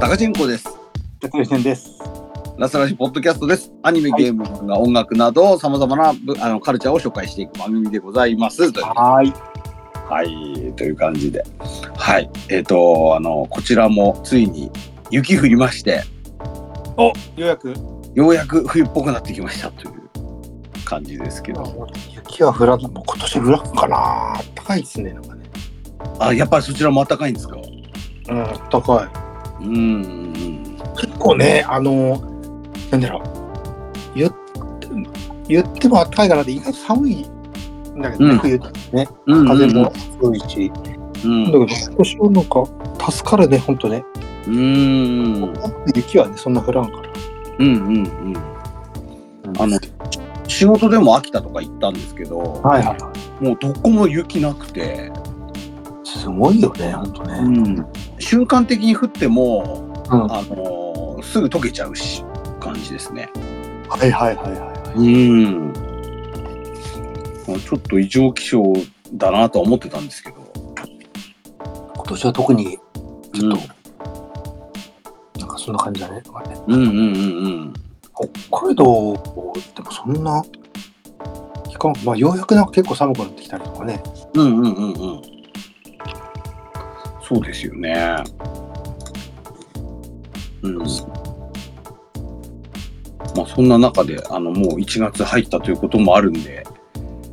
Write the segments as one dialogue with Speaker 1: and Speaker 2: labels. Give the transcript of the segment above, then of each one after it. Speaker 1: 高千穂です。
Speaker 2: 哲也俊です。
Speaker 1: ラスラジポッドキャストです。アニメ、
Speaker 2: はい
Speaker 1: ゲーム、漫画音楽など、様々なぶあのカルチャーを紹介していく番組でございます。という
Speaker 2: はい。
Speaker 1: はい、という感じで。はい。えっ、と、あの、こちらもついに雪降りまして、
Speaker 2: お、ようやく。
Speaker 1: ようやく冬っぽくなってきましたという感じですけど。
Speaker 2: 雪は降らない。もう今年降らんかな。高いですね。なんかね。
Speaker 1: あ、やっぱりそちらも暖かいんですかう
Speaker 2: うん、高い。
Speaker 1: ーん。
Speaker 2: 結構ね、あの、なんだろう。言って、言っても暖かいからで意外と寒いんだけどね、
Speaker 1: うん
Speaker 2: 冬だとね。
Speaker 1: うんうん
Speaker 2: 風も強いし。
Speaker 1: うん。
Speaker 2: だけ
Speaker 1: う
Speaker 2: ど、今年はなんか、助かるね、ほんとね。
Speaker 1: ーん。
Speaker 2: 雪はね、そんな降らんから。
Speaker 1: うんうんうん。あの、仕事でも秋田とか行ったんですけど、
Speaker 2: はいはい。
Speaker 1: もうどこも雪なくて、
Speaker 2: すごいよね、ほんとね。
Speaker 1: 瞬間的に降っても、
Speaker 2: うん
Speaker 1: あのーすぐ溶けちゃうし感じですね。
Speaker 2: はいはいはいはい。
Speaker 1: うん。ちょっと異常気象だなとは思ってたんですけど。
Speaker 2: 今年は特に、ちょっと、
Speaker 1: うん
Speaker 2: なんかそんな感じだね。まあね
Speaker 1: うんうんうん
Speaker 2: 北海道でもそんな、期間、まあ、ようやくなんか結構寒くなってきたりとかね。
Speaker 1: うん。うんうんうんうん。そうですよね。うん。まあそんな中で、あのもう1月入ったということもあるんで、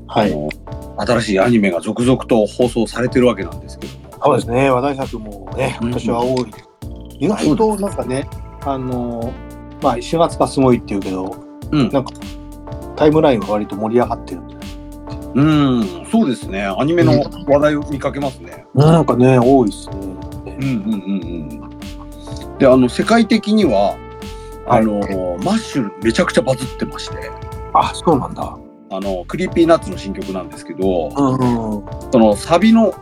Speaker 2: は
Speaker 1: あ。の新しいアニメが続々と放送されてるわけなんですけども。
Speaker 2: そうですね、話題作もね、
Speaker 1: うん
Speaker 2: 今年は多い。意外となんかね、あの、まあ、4月がすごいって言うけど、
Speaker 1: うん
Speaker 2: なんか、タイムラインは割と盛り上がってるんで。
Speaker 1: うん、そうですね。アニメの話題を見かけますね。
Speaker 2: なんかね、多いですね。
Speaker 1: うんうんうんうん。で、あの、世界的には、
Speaker 2: は
Speaker 1: あ
Speaker 2: い
Speaker 1: の、マッシュめちゃくちゃバズってまして、
Speaker 2: あ、そうなんだ。
Speaker 1: あの、クリーピーナッツの新曲なんですけど、
Speaker 2: うん。は
Speaker 1: そのサビの、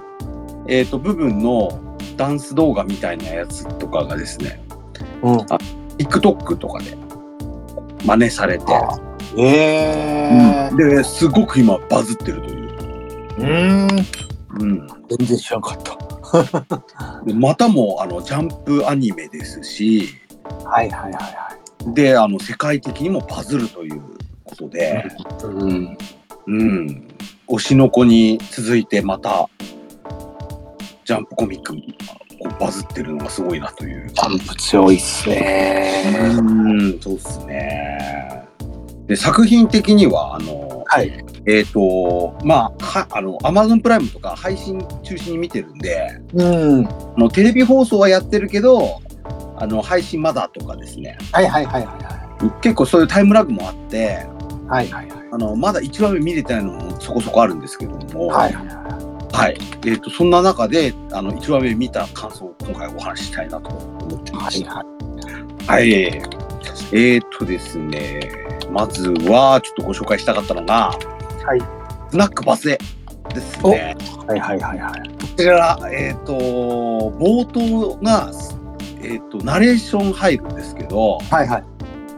Speaker 1: えっ、と、部分のダンス動画みたいなやつとかがですね、
Speaker 2: うん
Speaker 1: あ TikTok とかで真似されて、
Speaker 2: い。え
Speaker 1: うんで、すごく今バズってるという。
Speaker 2: ー。うん。
Speaker 1: うん
Speaker 2: 全然知らなかった。
Speaker 1: でまたもあのジャンプアニメですし
Speaker 2: はいはいはいは
Speaker 1: であの世界的にもバズるということで、
Speaker 2: い。うん。
Speaker 1: うん、推しの子に続いてまたジャンプコミックこうバズってるのがすごいなという。
Speaker 2: ジャンプ強いっすね。
Speaker 1: うんそうですねで作品的にはあの、
Speaker 2: はい。
Speaker 1: えっ、とまあはあの Amazon プライムとか配信中心に見てるんで
Speaker 2: うん。
Speaker 1: あのテレビ放送はやってるけどあの配信まだとかですね
Speaker 2: はいはいはいは
Speaker 1: 結構そういうタイムラグもあって
Speaker 2: い。はいはいはい。
Speaker 1: あのまだ1話目見れてないのもそこそこあるんですけども、
Speaker 2: はいはいはい。
Speaker 1: はいえー、とそんな中であの1話目見た感想を今回お話ししたいなと思ってま
Speaker 2: は
Speaker 1: す。
Speaker 2: い
Speaker 1: は
Speaker 2: はい。
Speaker 1: い、えー、とですねまずはちょっとご紹介したかったのが「
Speaker 2: はい、
Speaker 1: スナックバスへ」ですね。
Speaker 2: はいはいはいはい。
Speaker 1: こちら、えー、と冒頭が、えー、とナレーション入るんですけど
Speaker 2: はいはい。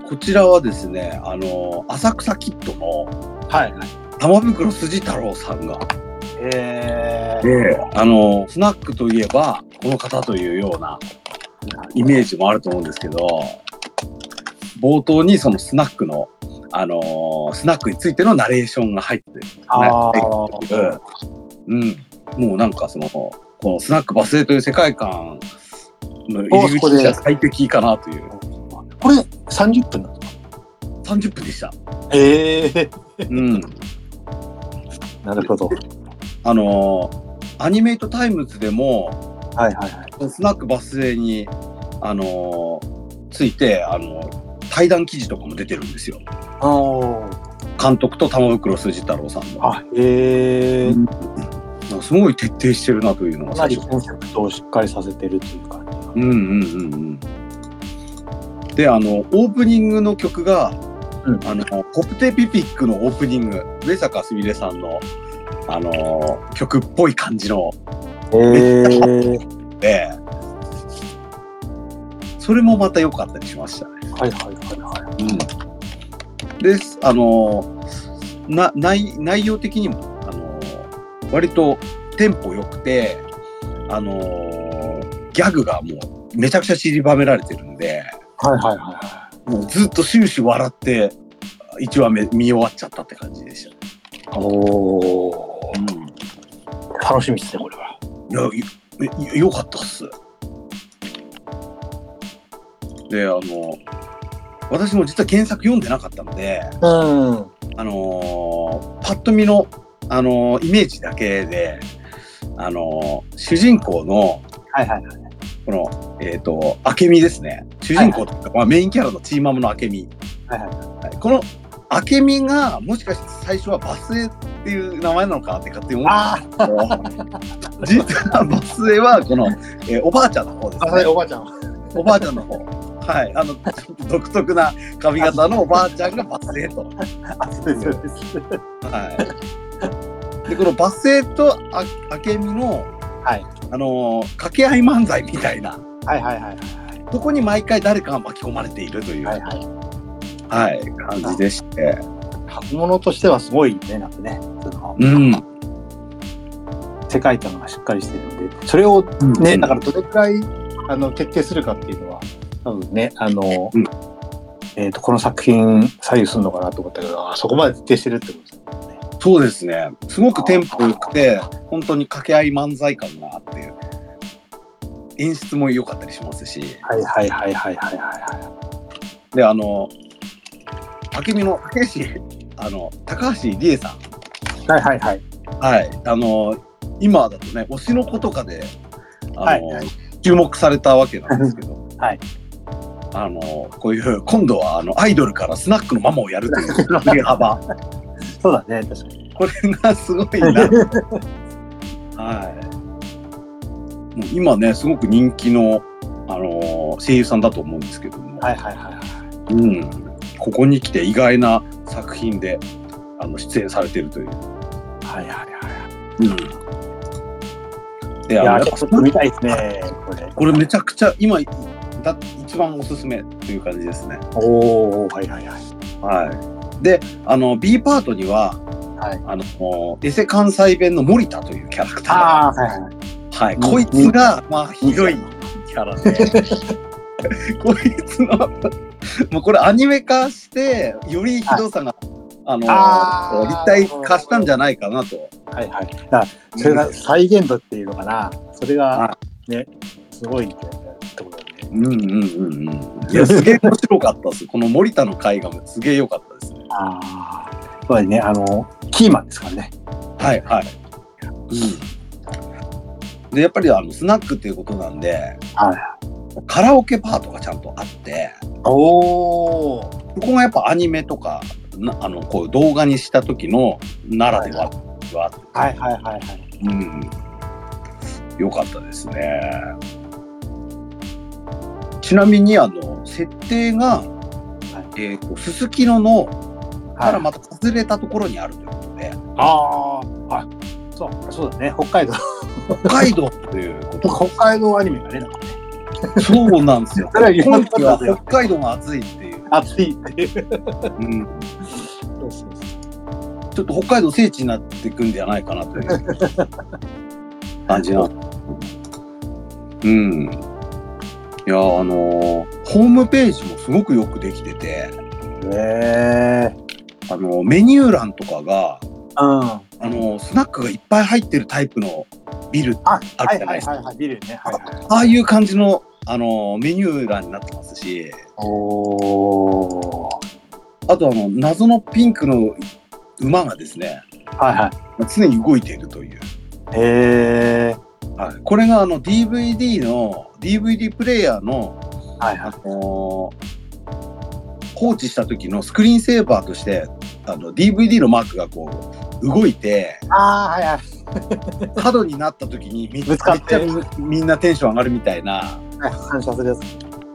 Speaker 1: こちらはですねあの浅草キッドの
Speaker 2: はいはい。
Speaker 1: 玉袋筋太郎さんが、
Speaker 2: えー。
Speaker 1: であのスナックといえばこの方というようなイメージもあると思うんですけど冒頭にそのスナックの、あのースナックについてのナレーションが入ってる、
Speaker 2: あー
Speaker 1: うん、もうなんかそのこのスナックバスへという世界観の入り
Speaker 2: おそこ
Speaker 1: 口
Speaker 2: で
Speaker 1: が最適かなという
Speaker 2: これ30分なんですか
Speaker 1: 30分でした。
Speaker 2: ええ
Speaker 1: うん
Speaker 2: なるほど。
Speaker 1: あのーアニメイトタイムズでも
Speaker 2: はいはいはい。
Speaker 1: スナックバス停に、あのーついて、あのー対談記事とかも出てるんですよ。
Speaker 2: お
Speaker 1: 監督と玉袋筋太郎さんの。
Speaker 2: あ、ええ
Speaker 1: うんなんかすごい徹底してるなというのが
Speaker 2: か
Speaker 1: 最
Speaker 2: なり
Speaker 1: 初。
Speaker 2: コンセプトをしっかりさせてるという感じが。
Speaker 1: うんうんうんうん。で、あの、オープニングの曲が、
Speaker 2: うん
Speaker 1: あの、コプテピピックのオープニング、上坂すみれさんの、あのー曲っぽい感じの
Speaker 2: ええ
Speaker 1: で、それもまた良かったりしましたね。
Speaker 2: はいはいはいはい。
Speaker 1: ですあのな内内容的にもあの割とテンポ良くてあのギャグがもうめちゃくちゃ散りばめられてるんで、
Speaker 2: はいはいは
Speaker 1: もうずっと終始笑って、1話目見終わっちゃったって感じでした。
Speaker 2: い。おお、
Speaker 1: うん
Speaker 2: 楽しみですね、これは。
Speaker 1: いや、よえよかったっす。で、あの、私も実は原作読んでなかったので、
Speaker 2: うん。
Speaker 1: あのーパッと見の、あのーイメージだけで、あのー主人公の、
Speaker 2: はいはい。
Speaker 1: この、えっ、と、明美ですね。主人公というか、まあ、メインキャラのチーマムの明美。
Speaker 2: はいは
Speaker 1: はいこの明美が、もしかして最初はバスエっていう名前なのかって勝手に思って
Speaker 2: あ
Speaker 1: たんですけど、実はバスエは、この、えーおばあちゃんの方です
Speaker 2: あ、はい、
Speaker 1: ね。
Speaker 2: おばあちゃん。
Speaker 1: おばあちゃんの方。はい。あの、ちょっと独特な髪型のおばあちゃんがバスエと。
Speaker 2: あ、そうですそうです。
Speaker 1: はい。で、このバスエとあ明美の、
Speaker 2: はい
Speaker 1: あのー掛け合い漫才みたいな、
Speaker 2: はいはいはい
Speaker 1: そこに毎回誰かが巻き込まれているという。
Speaker 2: はいは
Speaker 1: はい、感じでして。
Speaker 2: い。過去物としてはすごいね、なんかね、その
Speaker 1: うん。
Speaker 2: 世界観がしっかりしてるんで、それをね、だからどれくらいあの徹底するかっていうのは、多分ね、あの、
Speaker 1: うん
Speaker 2: えっ、と、この作品左右するのかなと思ったけど、あそこまで徹底してるってことですね。
Speaker 1: そうですね。すごくテンポ良くて、本当に掛け合い漫才感があって、演出も良かったりしますし、
Speaker 2: はいはいはいはいはいは
Speaker 1: で、あの、明美の竹橋、あの、高橋理恵さん。
Speaker 2: い。はいはいはい。
Speaker 1: はい。あの、今だとね、推しの子とかで、あの、
Speaker 2: はいは
Speaker 1: 注目されたわけなんですけど、
Speaker 2: はい。
Speaker 1: あの、こういう、今度はあのアイドルからスナックのママをやるという振り幅。
Speaker 2: そうだね、確かに。
Speaker 1: これがすごい な。はい。もう今ね、すごく人気の、あのー声優さんだと思うんですけども、
Speaker 2: はいはいはいはい。
Speaker 1: うん、ここに来て意外な作品であの出演されてるという。
Speaker 2: はいはいは
Speaker 1: うん、で
Speaker 2: い。い
Speaker 1: あの
Speaker 2: や
Speaker 1: やっ
Speaker 2: ー、ち
Speaker 1: ぱ
Speaker 2: ょっと見たいですね、これ。
Speaker 1: これめちゃくちゃ今だ一番おすすめという感じですね。
Speaker 2: おー、はいはいはい。
Speaker 1: はい、であの B パートには、
Speaker 2: はい
Speaker 1: あのエセ関西弁の森田というキャラクターが
Speaker 2: ああ、はいはい。
Speaker 1: はい、
Speaker 2: うん
Speaker 1: こいつが、まあ、ひどいキャラで、こいつの、もうこれアニメ化して、よりひどさが、あの
Speaker 2: あー
Speaker 1: 立体化したんじゃないかなと。
Speaker 2: はいはい。だからそれが再現度っていうのかな。それが、ね、すごいってことだね。
Speaker 1: うんうんうんうん。いや、すげえ面白かったです。この森田の絵画もすげえ良かったですね。
Speaker 2: ああ。やっぱりね、あの、キーマンですからね。
Speaker 1: はいはい。で、やっぱりあのスナックっていうことなんで、
Speaker 2: はい
Speaker 1: カラオケパートがちゃんとあって、
Speaker 2: おお。
Speaker 1: ここがやっぱアニメとか、なあのこう動画にした時のならではは、
Speaker 2: はいはいはいはい。
Speaker 1: うん、よかったですね。ちなみにあの設定が、えーとすすきののから
Speaker 2: はい、
Speaker 1: また外れたところにあるということで、
Speaker 2: ああ。あそう、そうだね。北海道。
Speaker 1: 北海道ということ
Speaker 2: 北海道アニメがね、なんか ね、
Speaker 1: そうなんですよ。
Speaker 2: それは言わ
Speaker 1: 今
Speaker 2: なかっ
Speaker 1: 季
Speaker 2: た
Speaker 1: は
Speaker 2: ですよ
Speaker 1: 北海道が暑いっていう、
Speaker 2: 暑いっていう。
Speaker 1: うん、
Speaker 2: そうそうそう
Speaker 1: ちょっと北海道聖地になっていくんじゃないかなという感じな。うん。いや、あのーホームページもすごくよくできてて、
Speaker 2: ねえ。
Speaker 1: あのメニュー欄とかが、
Speaker 2: うん。
Speaker 1: あのスナックがいっぱい入ってるタイプのビル、
Speaker 2: あ、
Speaker 1: あ
Speaker 2: は
Speaker 1: る
Speaker 2: い
Speaker 1: じゃな
Speaker 2: はいい
Speaker 1: ですか
Speaker 2: はいはい。ビルね。はいはい。
Speaker 1: ああいう感じの、あのメニュー欄になってますし、
Speaker 2: おお。
Speaker 1: あとあの、謎のピンクの馬がですね、
Speaker 2: はいは
Speaker 1: 常に動いているという。
Speaker 2: い。へえ。
Speaker 1: はい、これがあの DVD の DVD プレイヤーの
Speaker 2: はいはい。
Speaker 1: あの放置した時のスクリーンセーバーとしてあの DVD のマークがこう動い て
Speaker 2: ああ、はいはい。
Speaker 1: 角になった時にみ
Speaker 2: ぶつかって
Speaker 1: めっちゃみんなテンション上がるみたいな、
Speaker 2: はい、反射するやつ。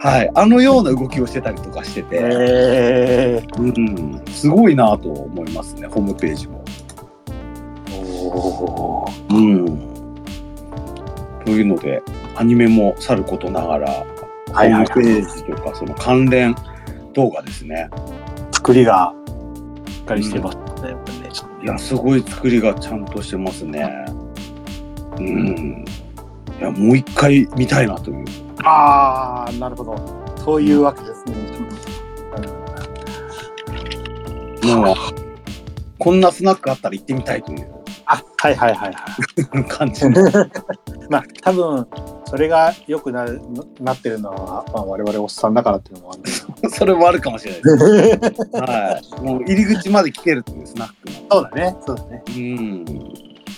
Speaker 1: はい、あのような動きをしてたりとかしてて、
Speaker 2: え
Speaker 1: うん、すごいなと思いますねホームページも。
Speaker 2: おー
Speaker 1: うんというのでアニメもさることながら、
Speaker 2: はいはい
Speaker 1: ホームページとかその関連動画ですね
Speaker 2: 作りがしっかりしてますね、これね。ちょっと
Speaker 1: いや、すごい作りがちゃんとしてますね。うん。いや、もう一回見たいなという。
Speaker 2: ああ、なるほど。そういうわけですね。
Speaker 1: もう、こんなスナックあったら行ってみたいという
Speaker 2: あ、はいはいはいは
Speaker 1: 感じ の。
Speaker 2: い。まあ、多分、それが良くなるなってるのは、まあ、我々おっさんだからっていうのもあるんですけ
Speaker 1: それもあるかもしれないです。
Speaker 2: ど
Speaker 1: はい。もう入り口まで来てるというスナックの。
Speaker 2: そうだね。そうだね。
Speaker 1: うん。だか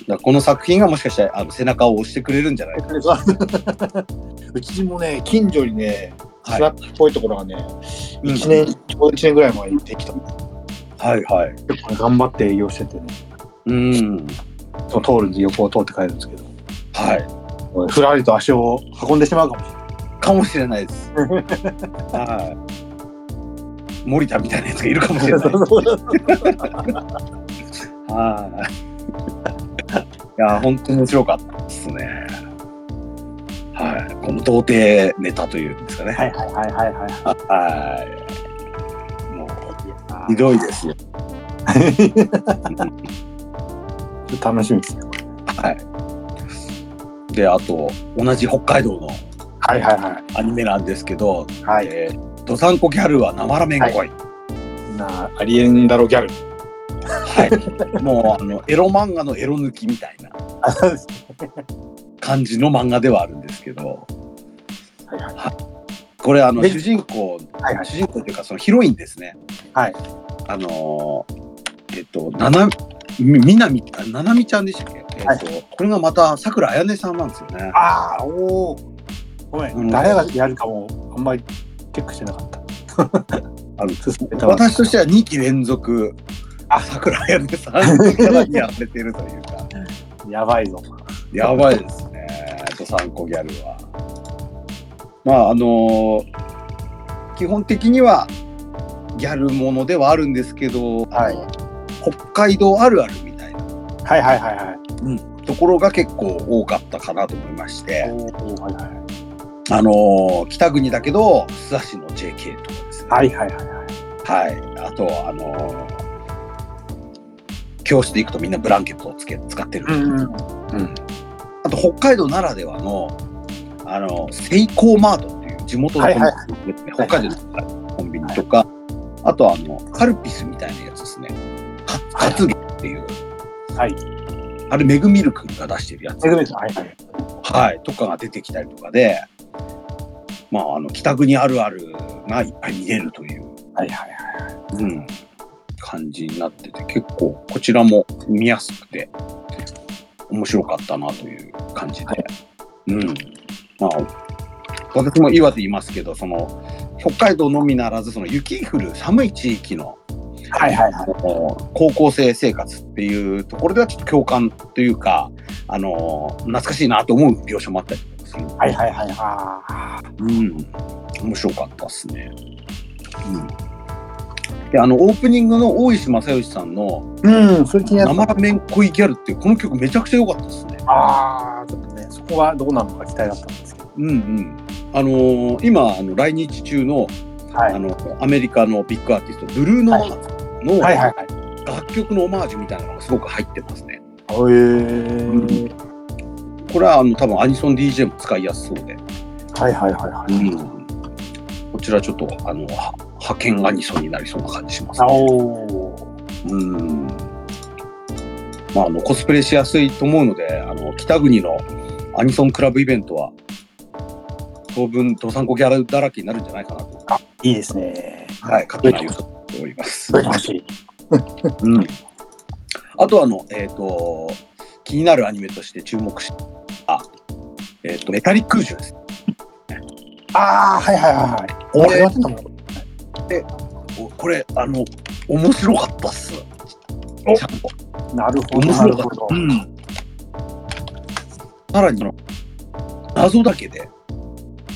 Speaker 1: らこの作品がもしかしたらあの背中を押してくれるんじゃないか。
Speaker 2: うちもね、近所にね、
Speaker 1: はい
Speaker 2: スナックっぽいところがね、
Speaker 1: うん
Speaker 2: 1年、ちょうど1年ぐらい前にできたの
Speaker 1: はいはい。
Speaker 2: 結構ね頑張って営業しててね、
Speaker 1: うん。
Speaker 2: その通るんで横を通って帰るんですけど、
Speaker 1: はい。
Speaker 2: ふらりと足を運んでしまうかもし
Speaker 1: かもしれない です。
Speaker 2: れない。
Speaker 1: はい。森田みたいなやつがいるかもしれない。 はい。いや、本当に面白かったですね。はい。この童貞ネタというんですかね。
Speaker 2: はいはいはいはいはい。
Speaker 1: はい。もう、ひどいですよ。
Speaker 2: 楽しみですね。
Speaker 1: はい。で、あと、同じ北海道の
Speaker 2: はいはいは
Speaker 1: アニメなんですけど、
Speaker 2: い。はい。
Speaker 1: えー、ドサンコギャルは生ラメン恋。はい。
Speaker 2: なあ、ありえんだろギャル。
Speaker 1: もう、あの、エロ漫画のエロ抜きみたいな
Speaker 2: は
Speaker 1: 感じの漫画ではあるんですけど、
Speaker 2: いはい
Speaker 1: これ、あの、
Speaker 2: で
Speaker 1: 主人公、
Speaker 2: はいはい
Speaker 1: 主人公というか、そのヒロインですね。
Speaker 2: はい。
Speaker 1: あのーえっと、なな、みみなみ、あななみちゃんでしたっけえっと、
Speaker 2: はい
Speaker 1: これがまた、さくらあやねさんなんですよね。
Speaker 2: ああ、おお。ごめん、
Speaker 1: うん
Speaker 2: 誰がやるかも、あんまりチェックしてなかった。
Speaker 1: あの
Speaker 2: 進めたわ
Speaker 1: 私としては2期連続、
Speaker 2: あ
Speaker 1: さくらあやねさんからやっててるというか、
Speaker 2: やばいぞ。
Speaker 1: やばいですね、ドサンコギャルは。まあ、あのー基本的にはギャルものではあるんですけど、
Speaker 2: はい
Speaker 1: あの北海道あるあるみたいな。
Speaker 2: はいはいはいはい。
Speaker 1: ところが結構多かったかなと思いまして、
Speaker 2: おーはいはい
Speaker 1: あのー北国だけど須田市の JK とかですね、
Speaker 2: はいはいはいはい。
Speaker 1: はいあとあのー教室で行くとみんなブランケットをつけ使ってる、
Speaker 2: うんうん。
Speaker 1: あと北海道ならではのあのセイコーマートっていう地元のコンビニですね、
Speaker 2: はいはい
Speaker 1: 北海道のコンビニとか、あとはあのカルピスみたいなやつですねカカツゲっていう
Speaker 2: はい。
Speaker 1: あれメグミルクが出してるやつ
Speaker 2: めぐめさん、はいはい。
Speaker 1: はい、とかが出てきたりとかで、まあ、あの北国あるあるがいっぱい見れるという、
Speaker 2: はいはいはい。
Speaker 1: うん、感じになってて結構こちらも見やすくて面白かったなという感じで、
Speaker 2: はい
Speaker 1: うんまあ、私も岩手いますけどその北海道のみならずその雪降る寒い地域の
Speaker 2: はいはいはい。
Speaker 1: 高校生生活っていうところではちょっと共感というか、あの懐かしいなと思う描写もあったりとかする
Speaker 2: はいはいはい。ああ。
Speaker 1: うん、面白かったですね。うん、であのオープニングの大石正義さんの
Speaker 2: うん、そ
Speaker 1: 「
Speaker 2: れ気になった
Speaker 1: 生ラメン恋ギャル」っていうこの曲めちゃくちゃ良かったですね。
Speaker 2: ああ、ちょっとね、そこはどうなのか期待だったんですけど。
Speaker 1: うんうん、あのー今あの来日中の,、
Speaker 2: はい。
Speaker 1: あ
Speaker 2: はい
Speaker 1: のアメリカのビッグアーティストブルーノ・マーズの
Speaker 2: はいはい。
Speaker 1: 楽曲のオマージュみたいなのがすごく入ってますね。
Speaker 2: えー、
Speaker 1: これはあの多分アニソン DJ も使いやすそうで、
Speaker 2: はいはいはいはい。
Speaker 1: うん、こちらちょっとあのは派遣アニソンになりそうな感じします、
Speaker 2: あ
Speaker 1: ね。
Speaker 2: おー
Speaker 1: うん。まあ、あの、コスプレしやすいと思うので、あの、北国のアニソンクラブイベントは、当分、登山コギャラだらけになるんじゃないかなと、
Speaker 2: いいですね。
Speaker 1: はい、勝手な予想しております。
Speaker 2: 羨ましい。
Speaker 1: うん。あと、あの、えっ、と、気になるアニメとして注目した、えっ、と、メタリック宇宙です。
Speaker 2: ああ、はいはいはいはい。
Speaker 1: こ
Speaker 2: 始
Speaker 1: れ
Speaker 2: ま、ってたもん。
Speaker 1: おこれ、あの、面白かったっす。
Speaker 2: お
Speaker 1: ちゃんと。
Speaker 2: なるほど。
Speaker 1: 面
Speaker 2: な
Speaker 1: 白
Speaker 2: る
Speaker 1: か
Speaker 2: ほ
Speaker 1: った
Speaker 2: ど。。
Speaker 1: うん。さらに、あの謎だけで、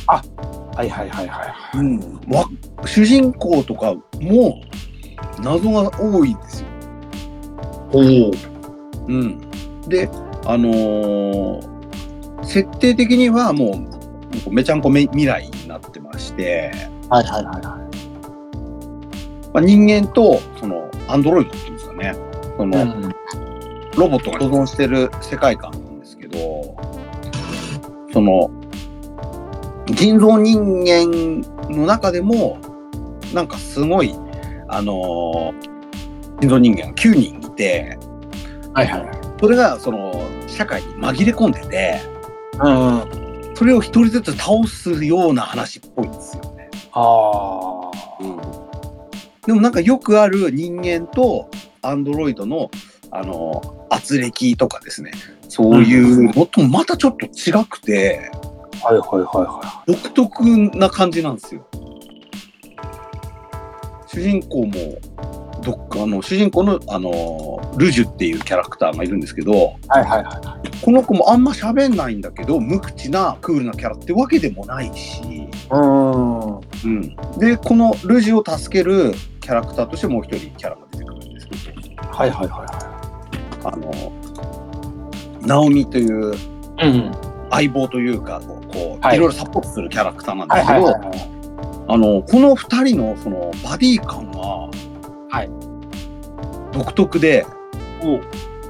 Speaker 2: はいはいはいはい。
Speaker 1: うん、わ主人公とかも謎が多いんですよ。
Speaker 2: おお。
Speaker 1: うん、であのー設定的にはもうもうめちゃんこめ未来になってまして、
Speaker 2: はいはいはいは
Speaker 1: まあ、人間とそのアンドロイドっていうんですかねそ
Speaker 2: い。
Speaker 1: の、ロボットが共存してる世界観なんですけどその人造人間の中でもなんかすごいあのー人造人間が9人いて
Speaker 2: はいはい。
Speaker 1: それがその社会に紛れ込んでて
Speaker 2: うん。あ
Speaker 1: それを一人ずつ倒すような話っぽいんですよね。
Speaker 2: あ。
Speaker 1: でもなんかよくある人間とアンドロイドのあのー圧力とかですねそういうのとまたちょっと違くて
Speaker 2: はいはいはいは
Speaker 1: 独特な感じなんですよ。主人公もどっかあの主人公のあのルジュっていうキャラクターがいるんですけど
Speaker 2: い。はいはいは
Speaker 1: この子もあんま喋んないんだけど無口なクールなキャラってわけでもないし、
Speaker 2: い。
Speaker 1: うん、でこのルジュを助けるキャラクターとしてもう一人キャラが出てくるんですけ
Speaker 2: うん。はいはいは
Speaker 1: どあのナオミという
Speaker 2: いはい。うん。
Speaker 1: 相棒というかこう、
Speaker 2: はい
Speaker 1: い、ろいろサポートするキャラクターなんで
Speaker 2: は
Speaker 1: す
Speaker 2: い
Speaker 1: けど、
Speaker 2: はいはい。
Speaker 1: あのこの2人のそのバディ感が、独特で
Speaker 2: お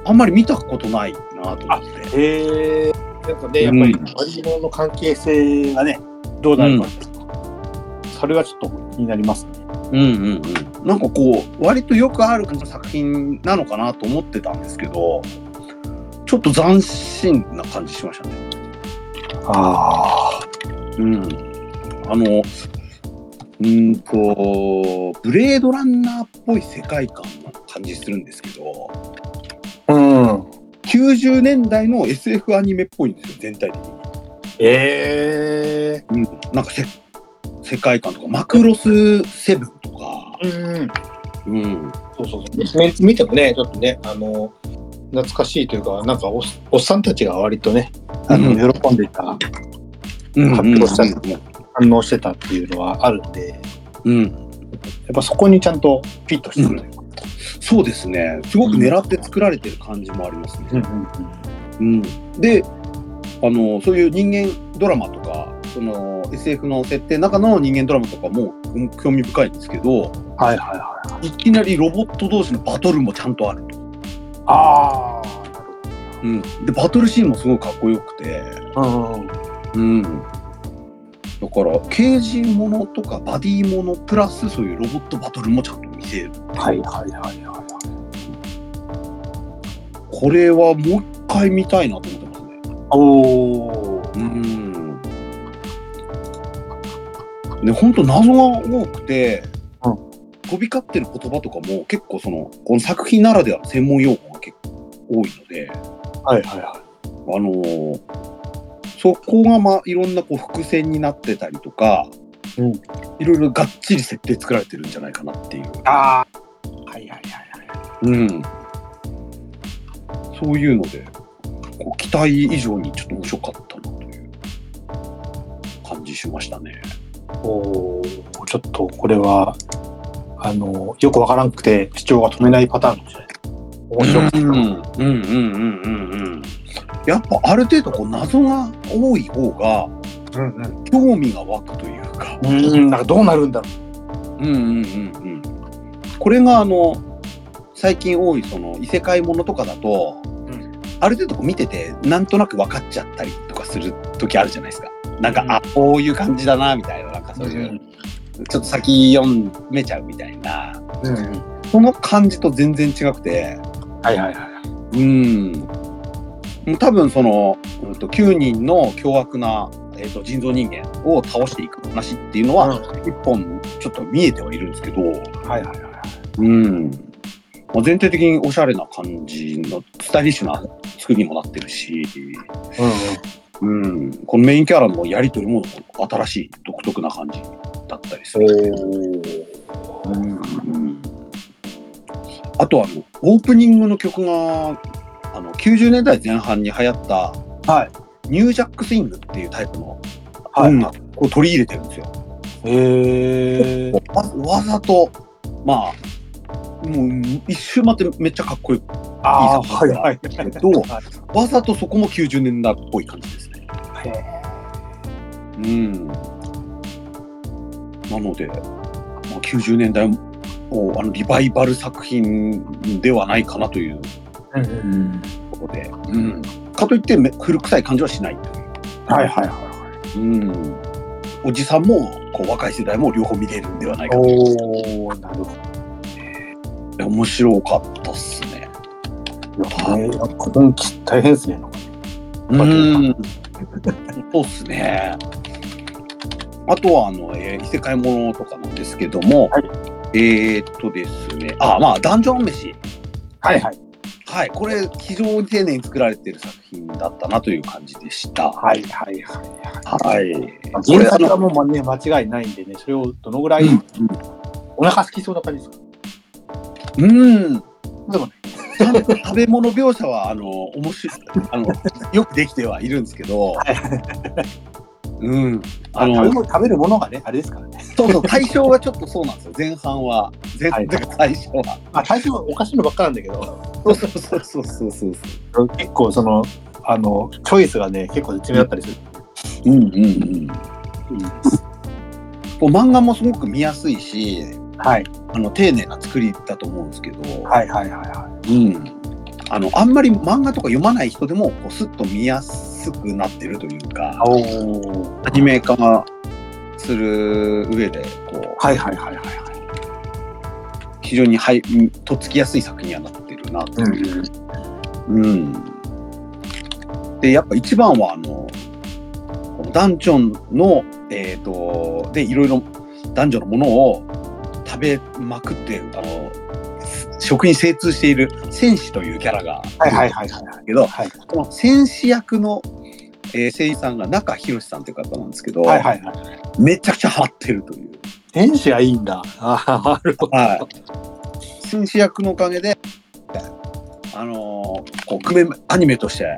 Speaker 1: あんまり見たことないなと思って
Speaker 2: へえ。なんかね、や
Speaker 1: う
Speaker 2: っぱ
Speaker 1: ん
Speaker 2: り、マリモの関係性がね、どうなるか、それはちょっと気になりますね。
Speaker 1: うんうんうん、なんかこう割とよくある作品なのかなと思ってたんですけどちょっと斬新な感じしましたね。
Speaker 2: あ
Speaker 1: うん、あのうーんとブレードランナーっぽい世界観な感じするんですけど
Speaker 2: あ。うん。
Speaker 1: 90年代の SF アニメっぽいんですよ全体的に。
Speaker 2: ええ。
Speaker 1: うん、なんかせ世界観とかマクロスセブンとか、
Speaker 2: うん。
Speaker 1: うん、
Speaker 2: そうそうそう。ね見てもね、ちょっとね、あの、懐かしいというか、なんかおっ、おっさんたちが割とね、あの、
Speaker 1: う
Speaker 2: 喜んでいた、
Speaker 1: うん
Speaker 2: 発表したん反応してたっていうのはあるんで、や
Speaker 1: うん、
Speaker 2: っぱそこにちゃんとフィットしてくるというか。
Speaker 1: そうですねすごく狙って作られてる感じもありますね、
Speaker 2: うん
Speaker 1: うん、であのそういう人間ドラマとかその SF の設定の中の人間ドラマとかもうん興味深いんですけど
Speaker 2: はいはいはい。
Speaker 1: いきなりロボット同士のバトルもちゃんとあると、
Speaker 2: あ
Speaker 1: うん、でバトルシーンもすごいかっこよくて
Speaker 2: あ。うん。
Speaker 1: うん。だから、刑事ものとかバディものプラスそういうロボットバトルもちゃんと見せる。
Speaker 2: はいはいはいはい。
Speaker 1: これはもう一回見たいなと思ってますね。
Speaker 2: おお。
Speaker 1: うん。ね、ほんと謎が多くて、
Speaker 2: う
Speaker 1: 飛び交ってる言葉とかも結構その、この作品ならではの専門用語が結構多いので、
Speaker 2: はいはいは
Speaker 1: あのーそこがまあいろんなこう伏線になってたりとか、
Speaker 2: うん
Speaker 1: いろいろがっちり設定作られてるんじゃないかなっていう。
Speaker 2: い。ああ。はいはいはいはい。
Speaker 1: うん、そういうのでこう期待以上にちょっと面白かったなという感じしましたね。
Speaker 2: おお。ちょっとこれは、あの、よくわからんくて、視聴が止めないパターンかもしれない。面白く
Speaker 1: うんうんうんうんうんうんやっぱある程度こう謎が多い方が
Speaker 2: うんうん。
Speaker 1: 興味が湧くというか。
Speaker 2: うん、なんかどうなるんだろ
Speaker 1: うんうんうんうん、これがあの最近多いその異世界ものとかだと、
Speaker 2: ん
Speaker 1: ある程度こう見ててなんとなく分かっちゃったりとかする時あるじゃないですかなんか、
Speaker 2: うん
Speaker 1: あこういう感じだなみたいななんか
Speaker 2: う。
Speaker 1: そういう、ちょっと先読めちゃうみたいな
Speaker 2: うんうん。
Speaker 1: その感じと全然違くて
Speaker 2: はいはいはい。
Speaker 1: うんもう多分その、うん、と9人の凶悪な、えー、と人造人間を倒していく話っていうのは、一本ちょっと見えてはいるんですけど。
Speaker 2: はいはいはい。
Speaker 1: うん。まあ、全体的におしゃれな感じの、スタイリッシュな作りにもなってるし、
Speaker 2: うん
Speaker 1: うん。このメインキャラのやりとりも新しい、独特な感じだったりする。
Speaker 2: うん。おお。
Speaker 1: うんあとはあの、オープニングの曲が、あの、90年代前半に流行った、
Speaker 2: はい
Speaker 1: ニュージャックスイングっていうタイプの
Speaker 2: はい
Speaker 1: 音楽を取り入れてるんですよ。
Speaker 2: へえ。
Speaker 1: わわざと、まあ、もう一周待ってめっちゃかっこよく
Speaker 2: あ
Speaker 1: いい
Speaker 2: あ、は
Speaker 1: 作
Speaker 2: い
Speaker 1: 品
Speaker 2: はい。
Speaker 1: けど、 わざとそこも90年代っぽい感じですね。
Speaker 2: へえ
Speaker 1: うん。なので、まあ、90年代をあのリバイバル作品ではないかなという
Speaker 2: うんうん。
Speaker 1: ところで、うん、かといってめ古臭い感じはしないという。
Speaker 2: はいはいはいはい。
Speaker 1: うん。おじさんもこう若い世代も両方見れるんではないかと
Speaker 2: おおなるほ
Speaker 1: 面白かったっすね。
Speaker 2: ど。ね、今期大変ですね。
Speaker 1: う
Speaker 2: うん
Speaker 1: ん。そうっすね。あとは、あの、えー異世界ものとかなんですけども、
Speaker 2: はい
Speaker 1: えーっとですね、あ、まあ、ダンジョン飯。
Speaker 2: はいはい。
Speaker 1: はい、これ、非常に丁寧に作られている作品だったなという感じでした。
Speaker 2: はいはいはい。
Speaker 1: はい。こ
Speaker 2: 原
Speaker 1: れ、あ
Speaker 2: 作は
Speaker 1: の、
Speaker 2: もうね、間違いないんでね、それをどのぐらい、
Speaker 1: うん
Speaker 2: お腹空きそうな感じですか
Speaker 1: うん。
Speaker 2: でもね、
Speaker 1: ちゃんと食べ物描写は、あの、面白い、あの、よくできてはいるんですけど、うん。あの、
Speaker 2: 食べ物食べるものがね、あれですからね。
Speaker 1: そうそう、対象がちょっとそうなんですよ。前半は。前
Speaker 2: はい
Speaker 1: 対象は。
Speaker 2: あ、最初はおかしいのばっかなんだけど、
Speaker 1: そうそうそうそうそうそう。
Speaker 2: 結構その、あの、チョイスがね、結構絶妙だったりする。
Speaker 1: うんうんうん。
Speaker 2: いいです
Speaker 1: 漫画もすごく見やすいし、
Speaker 2: はい
Speaker 1: あの丁寧な作りだと思うんですけど、
Speaker 2: はいはいはいは
Speaker 1: うん。あの、あんまり漫画とか読まない人でも、こうスッと見やすくなってるというか、
Speaker 2: い。おお。
Speaker 1: アニメ化する上で、こ
Speaker 2: はいはいはい
Speaker 1: う、
Speaker 2: はい。
Speaker 1: 非常に、はい、うんとっつきやすい作品にはなってるなといううん。で、やっぱ一番は、あの、このダンジョンの、えっ、と、で、いろいろ男女のものを食べまくって、あの、食に精通している戦士というキャラが、
Speaker 2: はいはいはいはい。
Speaker 1: けど、
Speaker 2: はい
Speaker 1: この戦士役の、えー声優さんが中博さんという方なんですけど、
Speaker 2: はいはいはい。
Speaker 1: めちゃくちゃハマってるという。
Speaker 2: 天使がいいんだ。ああ、なるほど。
Speaker 1: はい。戦士役のおかげで、あのーこう、久米アニメとして、
Speaker 2: は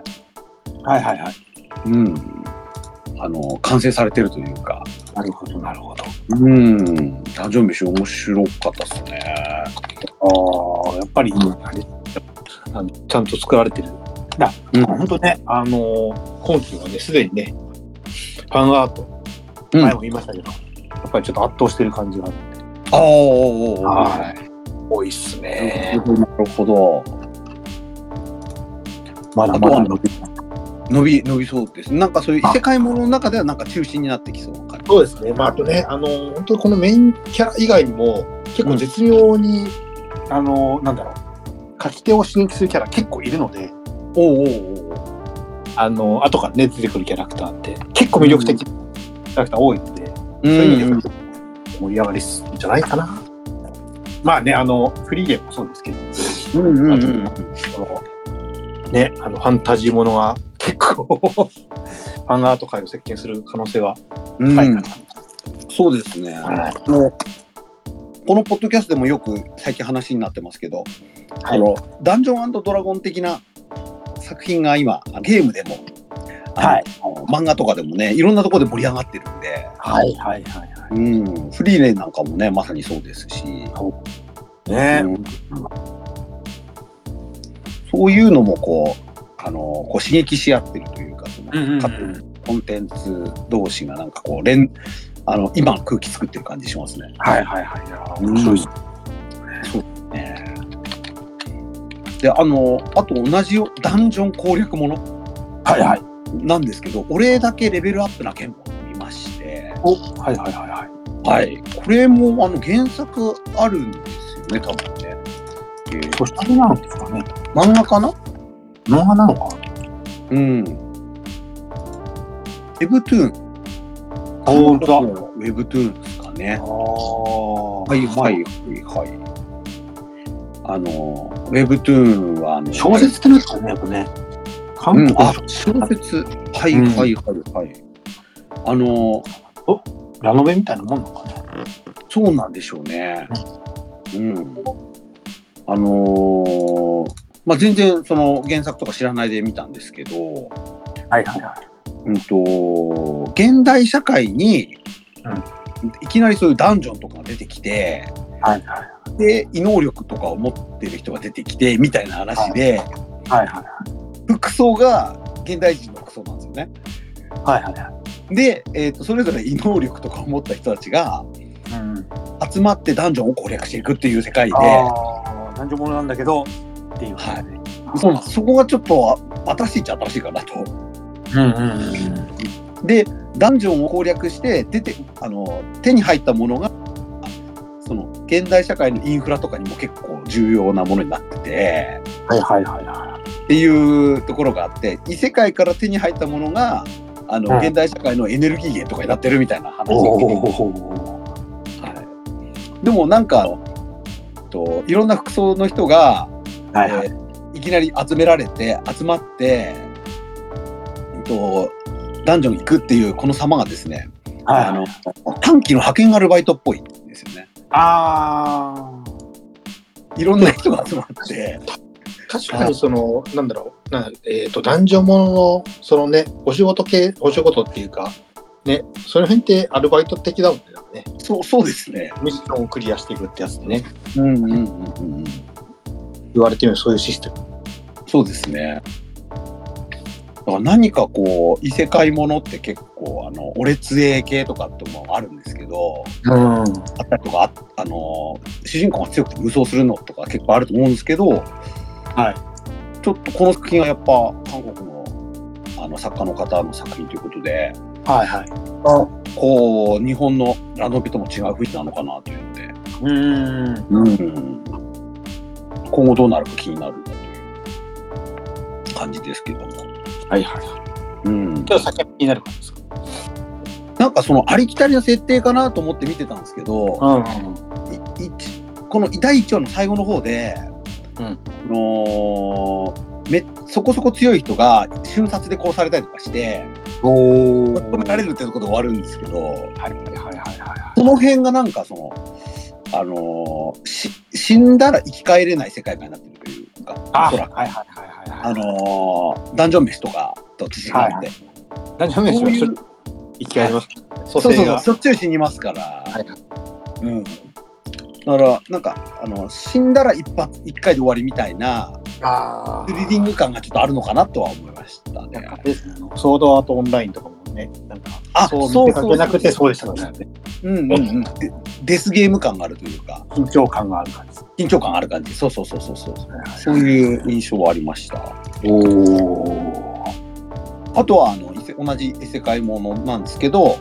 Speaker 2: いはいはい。
Speaker 1: うん、あの完成されてるというか、
Speaker 2: なるほどなるほど。
Speaker 1: うん、誕生日面白かったですね。
Speaker 2: ああ、やっぱり、
Speaker 1: うん
Speaker 2: あれあのちゃんと作られてる。
Speaker 1: うん
Speaker 2: 本当ね、あのー今期はね、すでにね、ファンアート、
Speaker 1: うん、
Speaker 2: 前
Speaker 1: あ
Speaker 2: も言いましたけど、やっぱりちょっと圧倒してる感じがあって。
Speaker 1: あ、は
Speaker 2: 多いっす
Speaker 1: い。なる。ほど。
Speaker 2: まだまだ伸び
Speaker 1: 伸び伸びそうです。なんかそういう異世界ものの中ではなんか中心になってきそうな感じ。
Speaker 2: そうですね。まあ、あとね、あのー、本当にこのメインキャラ以外にも、結構絶妙に、あのー、なんだろう、書き手を刺激するキャラ結構いるので、
Speaker 1: おうおうおう
Speaker 2: あのー、後からね、出てくるキャラクターって、結構魅力的なキャラクター多いので、
Speaker 1: う
Speaker 2: そういう意
Speaker 1: ん
Speaker 2: 味で盛り上がりすんじゃないかな。まあね、あの、フリーレンもそうですけど、
Speaker 1: うんうんうん
Speaker 2: あとあのね、あの、ファンタジーものが結構、 ファンアート界を席巻する可能性は
Speaker 1: うん
Speaker 2: 高いか
Speaker 1: そうですね。
Speaker 2: な。はい
Speaker 1: あのこのポッドキャストでもよく最近話になってますけど、あのダンジョンドラゴン的な作品が今ゲームでも、あの
Speaker 2: はい
Speaker 1: 漫画とかでもねいろんなところで盛り上がってるんで、
Speaker 2: はいはいはい。
Speaker 1: うん、フリーレンなんかもねまさにそうですし、
Speaker 2: ね
Speaker 1: うんそういうのもこうあのこう刺激し合ってるというかその、
Speaker 2: うんうんうん
Speaker 1: 各コンテンツ同士がなんかこう連あの今の空気作ってる感じしますね。
Speaker 2: はいはいはい。いやー面白いです。
Speaker 1: ねであのあと同じよダンジョン攻略もの
Speaker 2: はいはい。
Speaker 1: なんですけど、俺だけレベルアップな剣を見まして、
Speaker 2: おはいはいはい
Speaker 1: は
Speaker 2: はい。
Speaker 1: い、これもあの原作あるんですよね、多分ね。えー
Speaker 2: これ、下なのですかね。
Speaker 1: 漫画かな
Speaker 2: 漫画なのか。
Speaker 1: うん。ウェブトゥーン。
Speaker 2: あ本当だ
Speaker 1: ウェブトゥーンですかね
Speaker 2: あ。あ。
Speaker 1: はいはいはいはい。あの、ウェブトゥーンはあの
Speaker 2: 小説ってなんですかね、やっぱね。韓
Speaker 1: う
Speaker 2: 国
Speaker 1: ん、あ
Speaker 2: の、
Speaker 1: 小説。はい
Speaker 2: うん
Speaker 1: はいはいはい。あの、
Speaker 2: ラノベみたいなもんなのかね。
Speaker 1: そうなんでしょうね。うん。あのーまあ、全然その原作とか知らないで見たんですけど、
Speaker 2: はいはいはい。
Speaker 1: うんと、現代社会に、いきなりそういうダンジョンとかが出てきて、
Speaker 2: はいはい。
Speaker 1: で、異能力とかを持ってる人が出てきて、みたいな話で、
Speaker 2: はいはい。
Speaker 1: 服装が現代人の服装なんですよね。
Speaker 2: はいはいは
Speaker 1: で、えー、とそれぞれ異能力とかを持った人たちが
Speaker 2: い。うん。
Speaker 1: 集まってダンジョンを攻略していくっていう世界で、
Speaker 2: ああ、男女ものなんだけど、っていう。。
Speaker 1: はいそうなんですそこがちょっとあ新しいっちゃ新しいかなと。
Speaker 2: うんうんうん。
Speaker 1: でダンジョンを攻略して出てあの手に入ったものがその現代社会のインフラとかにも結構重要なものになってて
Speaker 2: はいはいはいは
Speaker 1: っていうところがあって異世界から手に入ったものがあの、
Speaker 2: うん。
Speaker 1: 現代社会のエネルギー源とかになってるみたいない話を聞いて
Speaker 2: おお。
Speaker 1: はい、でもなんかあのといろんな服装の人が、
Speaker 2: はいはい。
Speaker 1: えーいきなり集められて集まって、えっと、ダンジョン行くっていうこの様がですね、
Speaker 2: はい
Speaker 1: あ
Speaker 2: はい
Speaker 1: の短期の派遣アルバイトっぽいんですよね。
Speaker 2: ああ。
Speaker 1: いろんな人が集まって、
Speaker 3: 確かにその、なんだろう、なんえっ、と、男女ものの、そのね、お仕事系、お仕事っていうか、ね、その辺ってアルバイト的だもんね、なんかね。
Speaker 1: そうそうですね。
Speaker 3: ミッションをクリアしていくってやつでね、
Speaker 1: うんうんうんうん、
Speaker 3: 言われてみるそういうシステム。
Speaker 1: そうですね。だから何かこう異世界ものって結構あのオレツエ系とかってもあるんですけど、
Speaker 2: うん。
Speaker 1: あったりとかああの主人公が強くて無双するのとか結構あると思うんですけど、はい、ちょっとこの作品はやっぱ韓国のあの作家の方の作品ということで
Speaker 2: はいはい。
Speaker 1: こう日本のラノベとも違う雰囲気なのかなというので、
Speaker 2: うーん。
Speaker 1: うん、今後どうなるか気になるなという感じですけども。
Speaker 2: はいはい。
Speaker 1: うん
Speaker 2: ちょっと先が気になる感じですか。
Speaker 1: なんかそのありきたりな設定かなと思って見てたんですけど、
Speaker 2: うん。
Speaker 1: い一この第1話の最後の方で、
Speaker 2: うん
Speaker 1: あのーめそこそこ強い人が瞬殺で殺されたりとかして
Speaker 2: おお。
Speaker 1: 止められるってところで終わるんですけど
Speaker 2: はいはいはいはいは
Speaker 1: その辺がなんかその、あのーし死んだら生き返れない世界観になってるというか
Speaker 2: い。あ、
Speaker 1: おそ
Speaker 2: はい
Speaker 1: らく、
Speaker 2: はいはいはい。
Speaker 1: あのーダンジョン飯とかと違って、
Speaker 2: はいは何を目
Speaker 1: そういう
Speaker 2: 生き返ります。
Speaker 1: そうそうそう、そっちを死にますから。
Speaker 3: い
Speaker 1: うん。だから、なんか、あの、死んだら一発、一回で終わりみたいな、
Speaker 3: あ
Speaker 1: スリリング感がちょっとあるのかなとは思いましたね。
Speaker 2: ソードアートオンラインとかもね、なんか、
Speaker 1: あ
Speaker 2: そう
Speaker 1: そう
Speaker 2: 見
Speaker 1: そう
Speaker 2: かけなくてそうでしたからね。
Speaker 1: うんうんうん。でデスゲーム感があるというか、
Speaker 2: 緊張感がある感じです。
Speaker 1: 緊張感ある感じ。そうそうそうそうそう。そういう印象はありました。
Speaker 2: おお。
Speaker 1: あとは、あの、異世同じ異世界ものなんですけど、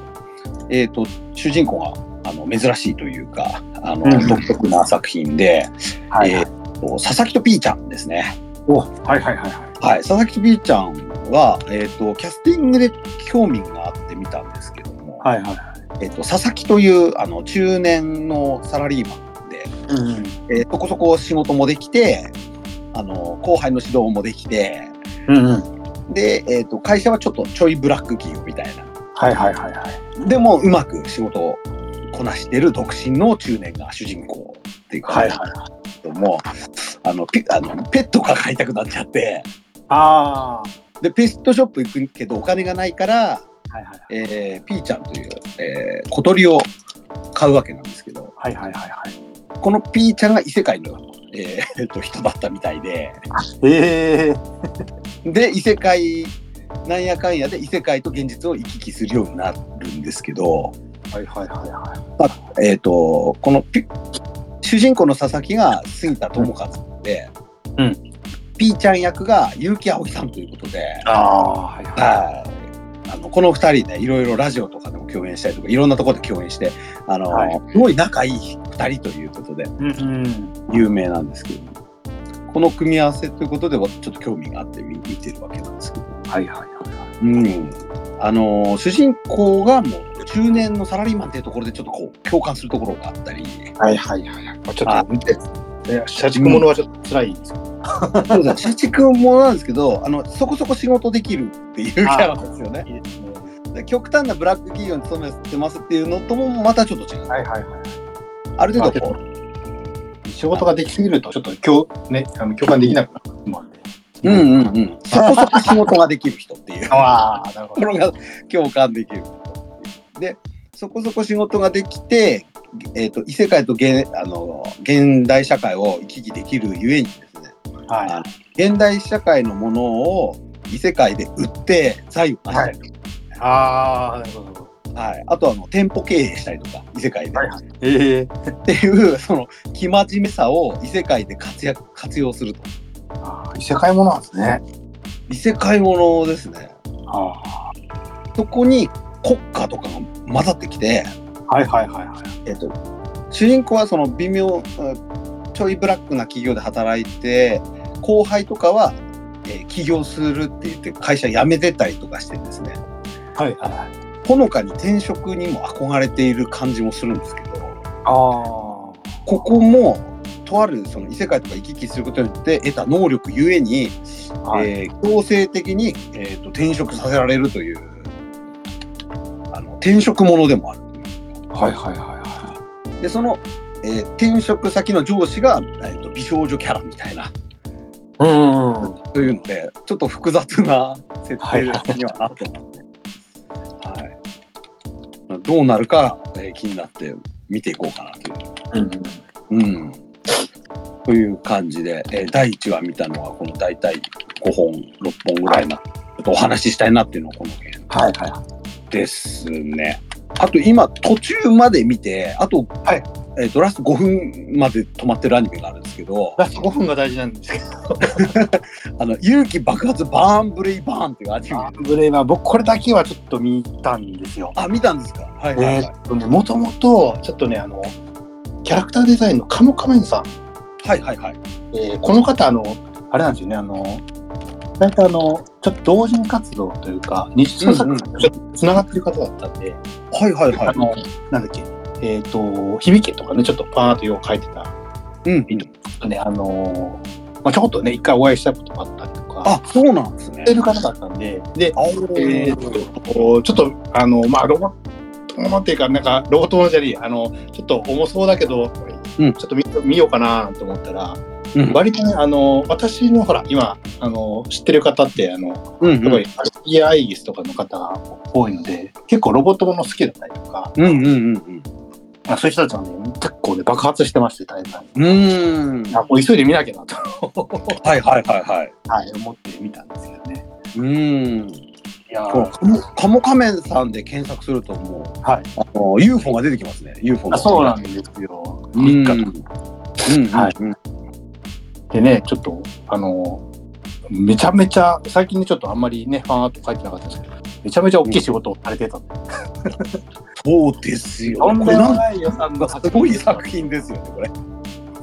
Speaker 1: えっ、と、主人公が、あの、珍しいというか、あの、
Speaker 2: うん
Speaker 1: 独特な作品で、
Speaker 2: はい
Speaker 1: え
Speaker 2: はい。
Speaker 1: ーと、佐々木とピーちゃんですね。
Speaker 2: おはいはいはいはい。
Speaker 1: はい、佐々木と B ちゃんは、えっとキャスティングで興味があって見たんですけども、
Speaker 2: はいは
Speaker 1: えっと佐々木というあの中年のサラリーマンで、
Speaker 2: い。うん。
Speaker 1: えーそこそこ仕事もできてあの後輩の指導もできて
Speaker 2: うんうん。
Speaker 1: で、えっと会社はちょっとちょいブラック企業みたいな
Speaker 2: はいはいはいはい。
Speaker 1: でもうまく仕事をこなしてる独身の中年が主人公っていう感
Speaker 2: はい
Speaker 1: じなん
Speaker 2: はい。
Speaker 1: ですけども、あのペあのペットが飼いたくなっちゃって
Speaker 2: あ
Speaker 1: でペットショップ行くけどお金がないから
Speaker 2: あ。はいはい
Speaker 1: えー、ピーちゃんという、えー小鳥を買うわけなんですけど
Speaker 2: はいはいはいはい。
Speaker 1: このピーちゃんが異世界の、えー えっと人だったみたいで
Speaker 2: ええー。
Speaker 1: で異世界なんやかんやで異世界と現実を行き来するようになるんですけど、
Speaker 2: はいはいはいはい。
Speaker 1: えー、とこのピ主人公の佐々木が杉田智和で、
Speaker 2: うんう
Speaker 1: ピーちゃん役が結城葵さんということで。
Speaker 2: ああ。はいは
Speaker 1: はい。あのこの二人ね、いろいろラジオとかでも共演したりとか、いろんなところで共演して、あの、
Speaker 2: はい
Speaker 1: すごい仲いい二人ということで、
Speaker 2: い。うんうん。
Speaker 1: 有名なんですけど、この組み合わせということでは、ちょっと興味があって見見てるわけなんですけど、
Speaker 2: はいはいはい。
Speaker 1: うん。あの、主人公がもう中年のサラリーマンっていうところで、ちょっとこう、共感するところがあった り、
Speaker 3: はいはいはいはい。まあちょっと見て、ね、社畜ものはちょっと辛いですよ、
Speaker 1: そうですね社畜もなんですけど、あの、そこそこ仕事できるっていうキャラなんですよね。
Speaker 2: いいですね。
Speaker 1: で極端なブラック企業に勤めてますっていうのとも、またちょっと違う。
Speaker 2: はいはいはい。
Speaker 1: ある程度こう、
Speaker 3: 仕事ができすぎると、ちょっと今日、ね、あの共感できなくなるもんで。
Speaker 1: うんうんうん。そこそこ仕事ができる人っていうと
Speaker 3: ああ、なるほ
Speaker 1: ころが共感できる。で、そこそこ仕事ができて、えっ、と、異世界と現あの現代社会を行き来できるゆえにですね、
Speaker 2: は
Speaker 1: 現代社会のものを異世界で売って財を成したりと
Speaker 2: い。ああ、なるほど。
Speaker 1: か、はいあとはあの店舗経営したりとか、異世界で。
Speaker 2: はいええ
Speaker 1: っていう、その、生真面目さを異世界で活躍、活用すると。
Speaker 2: ああ異世界ものなんですね。
Speaker 1: 異世界ものですね。
Speaker 2: ああ。
Speaker 1: そこに国家とかが混ざってきて、
Speaker 2: はいはいはいはい。
Speaker 1: えっと、主人公はその微妙うんちょいブラックな企業で働いて後輩とかは、えー起業するって言って会社辞めてたりとかしてですね
Speaker 2: はいはいはい。
Speaker 1: ほのかに転職にも憧れている感じもするんですけど
Speaker 2: ああ。
Speaker 1: ここもとあるその異世界とか行き来することによって得た能力ゆえに、
Speaker 2: はい
Speaker 1: えー強制的に、えーと転職させられるというあの転職ものでもあるという
Speaker 2: はいはいは
Speaker 1: でその、えー転職先の上司が、えーと美少女キャラみたいない
Speaker 2: はい。うんうんうん。
Speaker 1: というのでちょっと複雑な設
Speaker 2: は
Speaker 1: 定
Speaker 2: い
Speaker 1: に
Speaker 2: は
Speaker 1: はなってます、はいどうなるか、えー気になって見ていこうかなという。
Speaker 2: うんうん
Speaker 1: うん。という感じで、えー第1話見たのは、この大体5本、6本ぐらいな、ちょっとお話ししたいなっていうのはこの辺
Speaker 2: はいはいはい。
Speaker 1: ですね。あと今、途中まで見て、あと、
Speaker 2: はい
Speaker 1: えっ、と、ラスト5分まで止まってるアニメがあるんですけど、
Speaker 3: ラスト5分が大事なんですけど。
Speaker 1: あの、勇気爆発バーンブレイバーンっていうアニメ。
Speaker 2: アンブレイバー、僕これだけはちょっと見たんですよ。
Speaker 1: あ、見たんですかはいはい、
Speaker 2: え
Speaker 1: はい。
Speaker 2: ーっとね、
Speaker 3: も
Speaker 2: も
Speaker 3: ともと、ちょっとね、あの、キャラクターデザインのカモカメンさん。
Speaker 1: はいはいはい。
Speaker 3: えーこの方、あの、
Speaker 2: あれなんですよね、あの、大体あの、ちょっと同人活動というか、日常作品とちょっとつながってる方だったんで、
Speaker 1: はいはい
Speaker 2: あ
Speaker 1: はい。
Speaker 2: の、なんだっけ、えっ、と、響けとかね、ちょっとパーッとよう書いてた、
Speaker 1: うん。
Speaker 2: ね、あの、まあ、ちょこっとね、一回お会いしたこともあったりとか、
Speaker 1: あ、そうなんですね
Speaker 2: 知っ。てる方だったんで、で、
Speaker 1: あ
Speaker 2: えーと、ちょっと、あの、まあ、ロボットものっていうか、なんか、ロボットものじゃねえやあの、ちょっと重そうだけど、
Speaker 1: うん
Speaker 2: ちょっと見見ようかなと思ったら、
Speaker 1: うん
Speaker 2: 割とね、あの、私のほら、今、あの、知ってる方って、あの、
Speaker 1: うん
Speaker 2: やっぱり、イヤーアイギスとかの方が多いので、結構ロボットもの好きだったりとか、
Speaker 1: うんうんうんうん。
Speaker 2: まあ、そういう人たちはね、結構ね、爆発してまして、大変さんに。
Speaker 1: うーん。
Speaker 2: あ、もう急いで見なきゃなと、
Speaker 1: はいはいはいはい。
Speaker 2: はい、思って見たんですけどね。
Speaker 1: うーん。
Speaker 2: いや
Speaker 1: そうカモカモ仮面さんで検索するともう、
Speaker 2: はい
Speaker 1: あの UFO が出てきますね。UFO
Speaker 2: あ
Speaker 1: の。
Speaker 2: そうなんですよ。
Speaker 1: うん。
Speaker 2: 3
Speaker 1: うん
Speaker 2: 日
Speaker 1: うん
Speaker 2: はい
Speaker 1: うん
Speaker 2: でね、ちょっと、あの、めちゃめちゃ、最近ね、ちょっとあんまりね、ファンアート書いてなかったんですけど、めちゃめちゃ大きい仕事をされてたんで、
Speaker 1: そうですよ。
Speaker 2: とん
Speaker 1: これ
Speaker 2: でも
Speaker 1: なん
Speaker 2: ない予算の
Speaker 1: かすごい作品ですよね、これ。
Speaker 2: い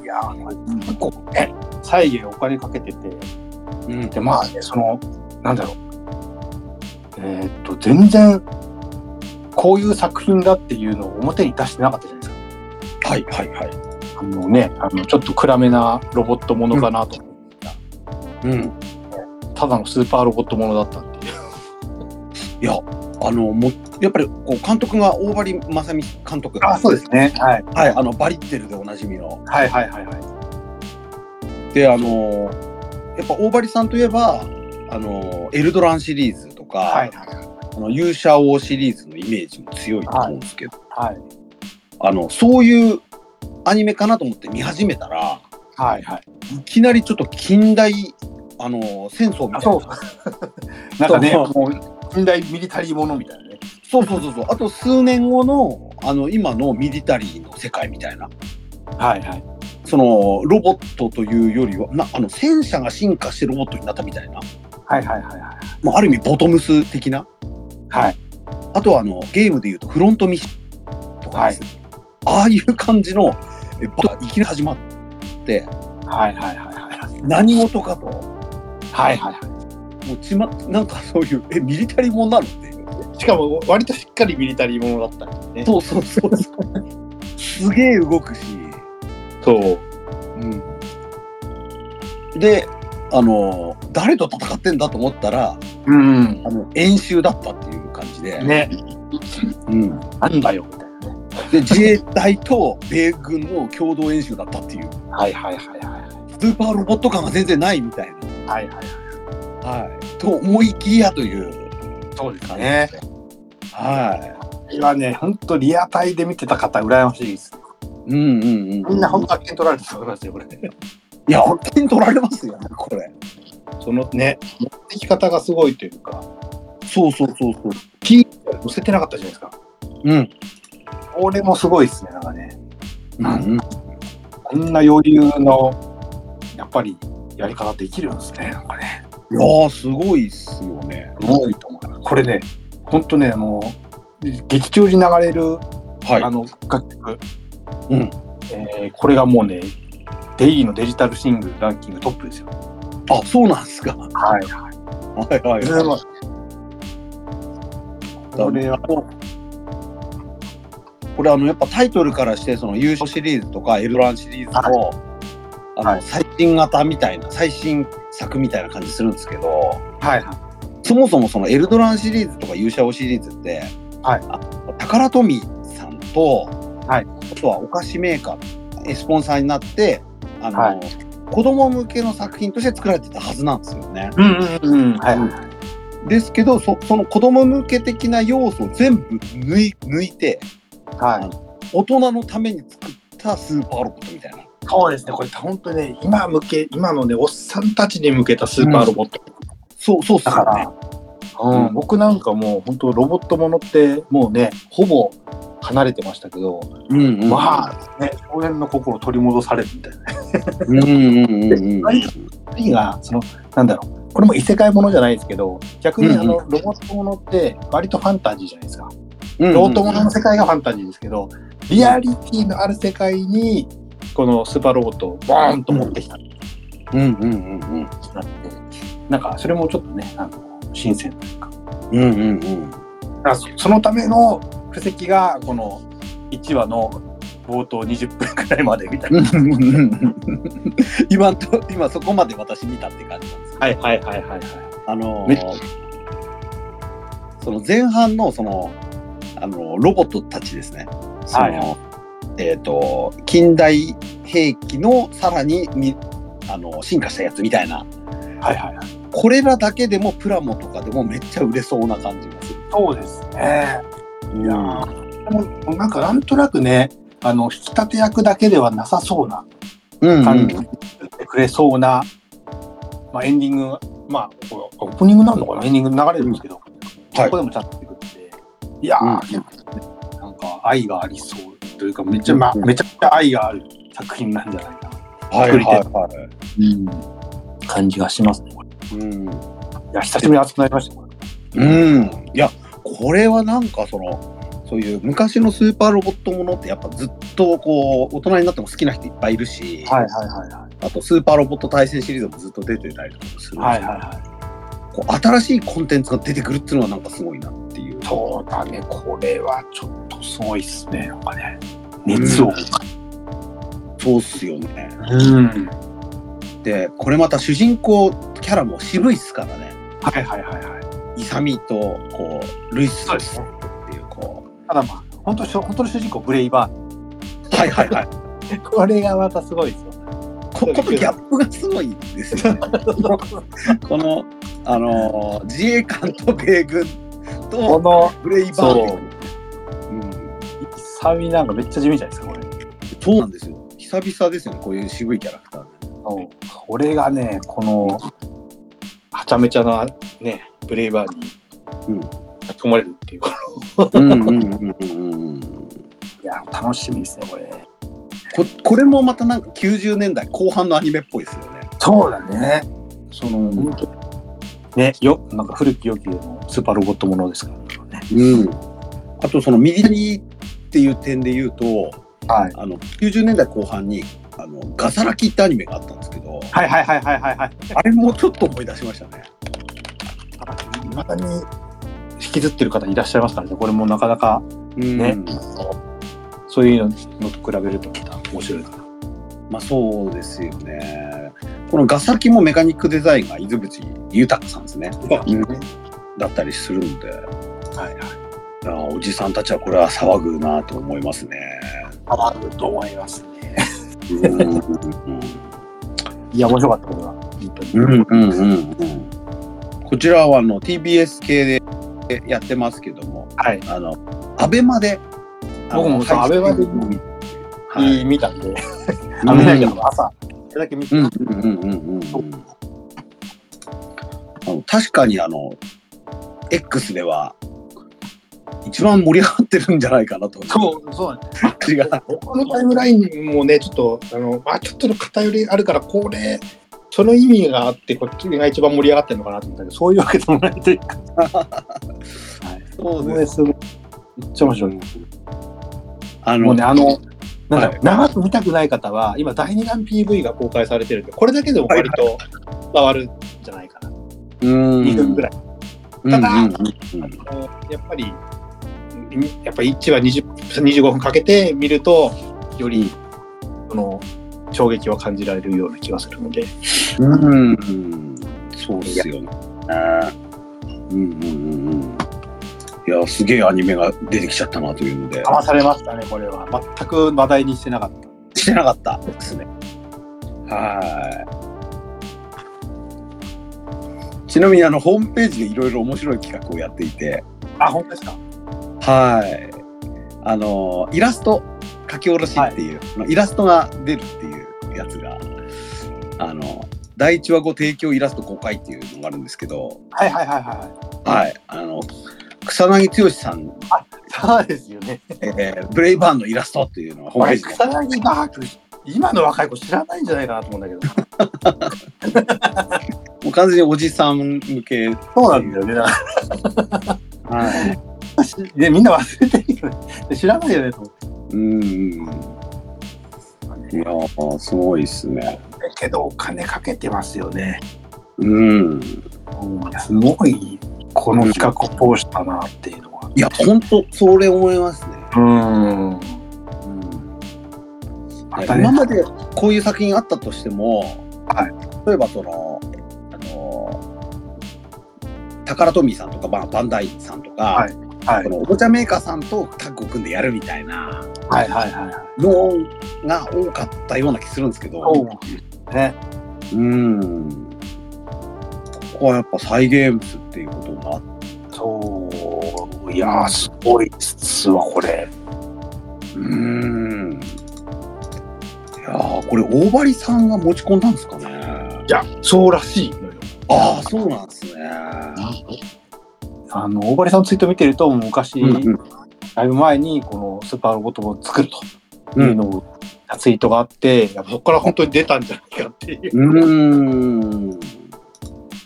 Speaker 2: やー、これ結構、え、再現お金かけてて、
Speaker 1: うん
Speaker 2: でまあねそのなんだろうえーっと全然こういう作品だっていうのを表に出してなかったじゃないです
Speaker 1: はいはいはい。
Speaker 2: かあのねあのちょっと暗めなロボットものかなと、
Speaker 1: うん。
Speaker 2: ただのスーパーロボットものだったっていう
Speaker 1: いや、あの、もやっぱりこう監督が大張正美監督。
Speaker 2: すね、はい、
Speaker 1: はい、あの、バリッテルでおなじみの。
Speaker 2: はいはいはいはい
Speaker 1: で、あの、やっぱ大張さんといえば、あの、エルドランシリーズとか、
Speaker 2: はいはい
Speaker 1: あの勇者王シリーズのイメージも強いと思うんですけど、
Speaker 2: はい
Speaker 1: あのそういうアニメかなと思って見始めたら
Speaker 2: はいはい
Speaker 1: いきなりちょっと近代あの戦争みたいな
Speaker 2: あそう なんかね
Speaker 1: そう
Speaker 2: もう近代ミリタリーものみたいなね
Speaker 1: そうそうそうそうあと数年後のあの今のミリタリーの世界みたいな
Speaker 2: はいはい
Speaker 1: そのロボットというよりはなあの戦車が進化してロボットになったみたいな、
Speaker 2: はいはいはいはい
Speaker 1: まあ、ある意味ボトムス的な
Speaker 2: はい
Speaker 1: あとはあのゲームでいうとフロントミッションとかですね、ああいう感じのえバトがいきなり始まって
Speaker 2: はいはいはいはい
Speaker 1: 何事かと。
Speaker 2: はいはい
Speaker 1: もうちまなんかそういうえミリタリーもんなのっていう
Speaker 3: しかも割としっかりミリタリーものだったんでね。
Speaker 1: そうそうそうそうすげえ動くし、
Speaker 3: そう。
Speaker 1: うん、であの誰と戦ってんだと思ったら
Speaker 2: うん
Speaker 1: あの演習だったっていう感じで,、
Speaker 2: ね
Speaker 1: うん、
Speaker 2: なんだよみたいなね
Speaker 1: で自衛隊と米軍の共同演習だったっていう
Speaker 2: はいはいはいはい
Speaker 1: スーパーロボット感が全然ないみたい
Speaker 2: はいはい。
Speaker 1: な、はい、と思いきやという
Speaker 2: そうです
Speaker 1: 感じで、
Speaker 2: ね。
Speaker 1: は
Speaker 2: 今ね、本当リアタイで見てた方、羨ましいです。
Speaker 1: い、うんうんうん、
Speaker 2: みんな本当発見取られてそうなんですよ、これ。
Speaker 1: いや本当に取られますよねこれ
Speaker 3: そのね、持ってき方がすごいというか、
Speaker 1: そうそうそうそう
Speaker 2: 載せてなかったじゃないですか。
Speaker 1: うん
Speaker 2: 俺もすごいですね、なんかね。
Speaker 1: うん
Speaker 2: こんな余裕の、やっぱり、やり方できるんですね、なんかね。
Speaker 1: いやーすごいっすよね。
Speaker 2: すごいと思う。これね、本当ね、あの、劇中に流れる、
Speaker 1: はい
Speaker 2: あ。の楽曲、
Speaker 1: うん
Speaker 2: えーこれがもうねデイリーのデジタルシングルランキングトップですよ。
Speaker 1: あ、そうなんですか。は
Speaker 2: はい、
Speaker 1: いはいはい。
Speaker 2: これは
Speaker 1: これあのやっぱタイトルからしてその優勝シリーズとかエルランシリーズの,、あの
Speaker 2: はい
Speaker 1: 最新型みたいな最新作みたいな感じするんですけど
Speaker 2: はいは
Speaker 1: そもそもそのエルドランシリーズとか勇者王シリーズって、
Speaker 2: はい
Speaker 1: あタカラトミーさんと、
Speaker 2: はい
Speaker 1: あとはお菓子メーカーエスポンサーになってあの、
Speaker 2: はい
Speaker 1: 子供向けの作品として作られてたはずなんですよね。
Speaker 2: い。うんうんうん。はいはい。
Speaker 1: ですけどそその子供向け的な要素を全部抜い抜いて
Speaker 2: はい
Speaker 1: 大人のために作ったスーパーロボットみたいな。
Speaker 3: そうですね、これ本当にね、今向け、今のね、おっさんたちに向けたスーパーロボット。
Speaker 1: そうそうっす
Speaker 2: だ
Speaker 1: よ
Speaker 2: から
Speaker 1: ね。、
Speaker 2: うん
Speaker 1: うん
Speaker 2: 僕なんかもう本当ロボットものってもうねほぼ離れてましたけど、
Speaker 1: うんうん
Speaker 2: まあね少年の心を取り戻されるみたいな
Speaker 1: うんうんうんうん
Speaker 2: ああいう何がそのなんだろうこれも異世界ものじゃないですけど逆にあの、ロボットものって割とファンタジーじゃないですか、
Speaker 1: うん。
Speaker 2: ロボットものの世界がファンタジーですけどリアリティのある世界にこのスーパーロボットをボーンと持ってきたって
Speaker 1: うんうんうん
Speaker 2: なって、なんかそれもちょっとねあの新鮮というか
Speaker 1: うんうんうんうん。
Speaker 2: だからそそのための布石がこの1話の冒頭20分くらいまでみたいな。
Speaker 1: 今んと今そこまで私見たって感じなんですけど
Speaker 2: はいはいはいはいはい。
Speaker 1: あのー
Speaker 2: めっち
Speaker 1: その前半のそのあのロボットたちですねその、
Speaker 2: はいは
Speaker 1: えっ、と近代兵器のさらにみあの進化したやつみたいな
Speaker 2: はいはいはい。
Speaker 1: これらだけでもプラモとかでもめっちゃ売れそうな感じがする。
Speaker 2: そうですね。
Speaker 1: い
Speaker 2: いやーでもなんかなんとなくね、あの、引き立て役だけではなさそうな
Speaker 1: うん
Speaker 2: 感じでくれそうな、まあエンディング、まあ、これオープニングなのかなエンディング流れるんですけど、
Speaker 1: はい
Speaker 2: そこでもちゃんと出てくるんで、いやー、
Speaker 1: うん
Speaker 2: 結構ねなんか愛がありそうというか、めちゃ,、まあ、
Speaker 1: うん
Speaker 2: めちゃくちゃ愛がある作品なんじゃないかな。
Speaker 1: はいはいは
Speaker 2: 感じがしますね。これ
Speaker 1: い。うん
Speaker 2: いや、久しぶりに熱くなりましたよ。これ
Speaker 1: うん、いやこれはなんかそのそういう昔のスーパーロボットものってやっぱずっとこう大人になっても好きな人いっぱいいるし、
Speaker 2: はいはいはいは
Speaker 1: あとスーパーロボット対戦シリーズもずっと出てたりとかもするんで、
Speaker 2: い。はいはいは
Speaker 1: こう新しいコンテンツが出てくるっていうのはなんかすごいなっていう
Speaker 2: い。。そうだね、これはちょっとすごいっすね。なんかね、熱を。
Speaker 1: そうっすよね。
Speaker 2: うん。
Speaker 1: でこれまた主人公キャラも渋いっすからね。
Speaker 2: はいはいはいはい。
Speaker 1: イサミとこうルイス
Speaker 2: そう
Speaker 1: っ
Speaker 2: ですね
Speaker 1: ていうこう。
Speaker 2: ただまあ、本当本当の主人公、ブレイバー
Speaker 1: はいはいはい。
Speaker 2: ン。これがまたすごい ですよ。
Speaker 1: ここのギャップがすごいんです よね。この、あのー自衛官と米軍
Speaker 2: ことの、
Speaker 1: ブレイバー
Speaker 2: そう
Speaker 1: テン、うん、
Speaker 2: 久々なんかめっちゃ地味じゃないですか、これ。
Speaker 1: そうなんですよ。久々ですよね、こういう渋いキャラクター。
Speaker 2: そうこれがね、この、はちゃめちゃなね、ブレイバーに
Speaker 1: うん
Speaker 2: 巻き込まれるっていう。
Speaker 1: うんうんうんうんうん
Speaker 2: いや、楽しみですね、これ。
Speaker 1: ここれもまたなんか90年代後半のアニメっぽいですよね。
Speaker 2: そうだね。その、
Speaker 1: ん
Speaker 2: 本当にね、よ、なんか古き良きのスーパーロボットものですからね。
Speaker 1: うん、あとその右にっていう点で言うと
Speaker 2: はい。
Speaker 1: あの90年代後半にあのガサラキってアニメがあったんですけど
Speaker 2: はいはいはいはいはいはい。
Speaker 1: あれもちょっと思い出しましたね。
Speaker 2: まだに引きずってる方いらっしゃいますからね。これもなかなか
Speaker 1: うん
Speaker 2: ね、そういうのと比べるとまた面白いかな。
Speaker 1: まあそうですよね。このガサキもメカニックデザインが伊豆淵豊さんですね。
Speaker 2: うん
Speaker 1: だったりするんで、
Speaker 2: はいはい。
Speaker 1: ああおじさんたちはこれは騒ぐなと思いますね。
Speaker 2: 変わると思いますね。
Speaker 1: うんうん
Speaker 2: いや、面白かった、これは。本当に。
Speaker 1: うんうんうんうんこちらはあの TBS 系でやってますけども、
Speaker 2: はい。
Speaker 1: あのアベマで、あの
Speaker 2: 僕もそう
Speaker 1: 配信
Speaker 2: アベマで
Speaker 1: はい。
Speaker 2: 見たんで、
Speaker 1: うん
Speaker 2: あのないけど朝、それだけ見て
Speaker 1: う
Speaker 2: た。
Speaker 1: んうんうんうんうんあの確かにあの X では一番盛り上がってるんじゃないかなと
Speaker 2: そう、そうなんです
Speaker 1: 違う
Speaker 3: このタイムラインもね、ちょっと、あの、まあ、ちょっとの偏りあるから、これ、その意味があって、こっちが一番盛り上がってるのかなと思ったけど、
Speaker 2: そういうわけでもないというか。
Speaker 1: そう
Speaker 2: すごいめっちゃ面白い。
Speaker 1: あ
Speaker 2: もうね、
Speaker 1: の、
Speaker 2: あの、なんだろう
Speaker 1: は
Speaker 2: 長く見たくない方は、今、第2弾 PV が公開されてるんで、これだけでも割と伝わるんじゃないかな。
Speaker 1: うん
Speaker 2: 2分くらい。
Speaker 1: うんうんうん
Speaker 2: あのやっぱり、うんやっぱ1話20 25分かけて見ると、より、その、衝撃を感じられるような気がするので、
Speaker 1: うんうん、そうですよね。うんうんうんうん。いや、すげえアニメが出てきちゃったなというので。
Speaker 2: 騙されましたね、これは。全く話題にしてなかった。
Speaker 1: してなかったですね。はい。ちなみにあのホームページでいろいろ面白い企画をやっていて、
Speaker 2: あ、本当ですか
Speaker 1: はい。あのイラスト書き下ろしっていう、あのイラストが出るっていうやつが、あの第1話後提供イラスト公開っていうのがあるんですけど、
Speaker 2: はいはいはいはい。
Speaker 1: はい。あの草薙剛さん、
Speaker 2: そうですよね。
Speaker 1: えーブレイバーンのイラストっていうのがホームページで
Speaker 2: 草薙バーク、今の若い子知らないんじゃないかなと思うんだけど。
Speaker 1: もう完全におじさん向け、は
Speaker 2: そうなんだよね。
Speaker 1: い、
Speaker 2: ね、みんな忘れてるよね。知らないよね、と思って。
Speaker 1: うんうんうん。いやー、すごいですね。
Speaker 2: けど、お金かけてますよね。
Speaker 1: うん。
Speaker 2: すごい、この企画を通したなっていうのは。
Speaker 1: いや、ほんと、それ思いますね。
Speaker 2: うん。
Speaker 1: い
Speaker 2: ま
Speaker 1: や
Speaker 2: たね
Speaker 1: 今までこういう作品あったとしても、
Speaker 2: は
Speaker 1: 例えばその、あのー、タカラトミーさんとか、まあ、バンダイさんとか、
Speaker 2: はいはい
Speaker 1: こ。のおもちゃメーカーさんとタッグを組んでやるみたいな
Speaker 2: はいはいはい。
Speaker 1: のが多かったような気するんですけど、
Speaker 2: そうね。
Speaker 1: うん。ここはやっぱサイゲームズっていうこともあって、
Speaker 2: そう。いやー、すごいっすわ、これ。
Speaker 1: うーん。いやーこれ大張さんが持ち込んだんですかね。
Speaker 3: いや、そうらしいのよ。
Speaker 1: ああそうなんですね。
Speaker 2: あの、大張さんのツイート見てると、もう昔、だいぶ前に、このスーパーロボットを作ると
Speaker 1: う
Speaker 2: いうんのを、ツイートがあって、やっぱ
Speaker 3: そこから本当に出たんじゃないかっていう。
Speaker 1: うん。うーん。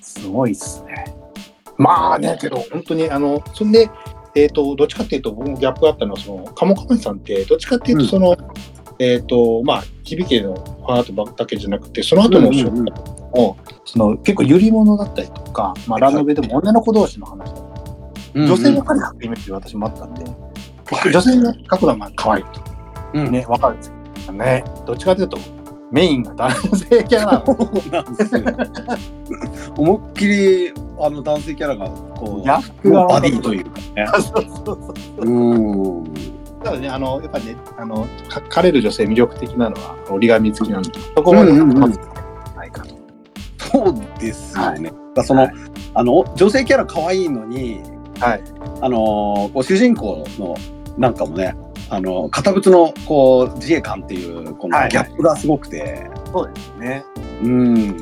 Speaker 2: すごいっすね。
Speaker 3: まあね、けど、本当に、あの、そんで、えっ、と、どっちかっていうと、僕もギャップがあったのは、その、カモカメさんって、どっちかっていうと、
Speaker 1: うん
Speaker 3: その、えっ、と、まあ、響けのファンアートだけじゃなくて、その後の仕事
Speaker 1: うんうん
Speaker 3: も、
Speaker 2: その結構ゆり物だったりとか、まあ、ラノベでも女の子同士の話だったり、女性ばっかり描くイメージ私もあったんで、女性が描くのはまあ可愛い
Speaker 1: う
Speaker 2: と
Speaker 1: ん。
Speaker 2: ね、わかるんですけどね、どっちかというと、メインが男性キャラの
Speaker 1: そうなんですよ。 思いっきりあの男性キャラがこ
Speaker 2: ギャ
Speaker 1: う。
Speaker 2: ップ
Speaker 1: も
Speaker 2: が
Speaker 1: うバディというかね。
Speaker 2: そうそうそう
Speaker 1: うん。
Speaker 3: ただね、あの、やっぱね、あの、か彼る女性魅力的なのは、折り紙付きなんで、そこまで、
Speaker 1: う
Speaker 3: うんん
Speaker 1: うんうん
Speaker 2: ないかと。
Speaker 1: そうですよね。そ
Speaker 2: は
Speaker 1: の
Speaker 2: い
Speaker 1: あの女性キャラ可愛いのに、
Speaker 2: はい
Speaker 1: あのーこう主人公のなんかもね、あのー堅物のこう自衛官っていうこ
Speaker 2: は
Speaker 1: の
Speaker 2: い
Speaker 1: ギャップがすごくて、
Speaker 2: そうですね。
Speaker 1: うん、い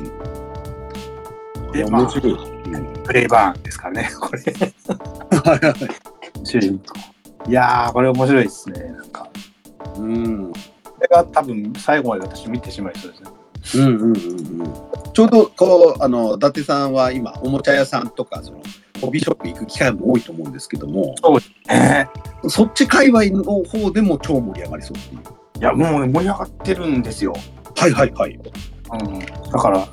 Speaker 2: で、
Speaker 1: や
Speaker 2: ま
Speaker 1: 面
Speaker 2: あ、
Speaker 1: 白い。うん
Speaker 2: プレイバーンですからね、 これ、
Speaker 1: はいはい
Speaker 2: 主人公。いやー、これ面白いですね、なんか。
Speaker 1: うん
Speaker 2: これが多分、最後まで私見てしまいそうですね。
Speaker 1: うんうんうんうんちょうどこうあの伊達さんは今おもちゃ屋さんとかそのホビーショップ行く機会も多いと思うんですけども
Speaker 2: え
Speaker 1: そっち界隈の方でも超盛り上がりそうっていう
Speaker 2: ーいや、もうね、盛り上がってるんですよ。
Speaker 1: はいはいはい
Speaker 2: うん、だから、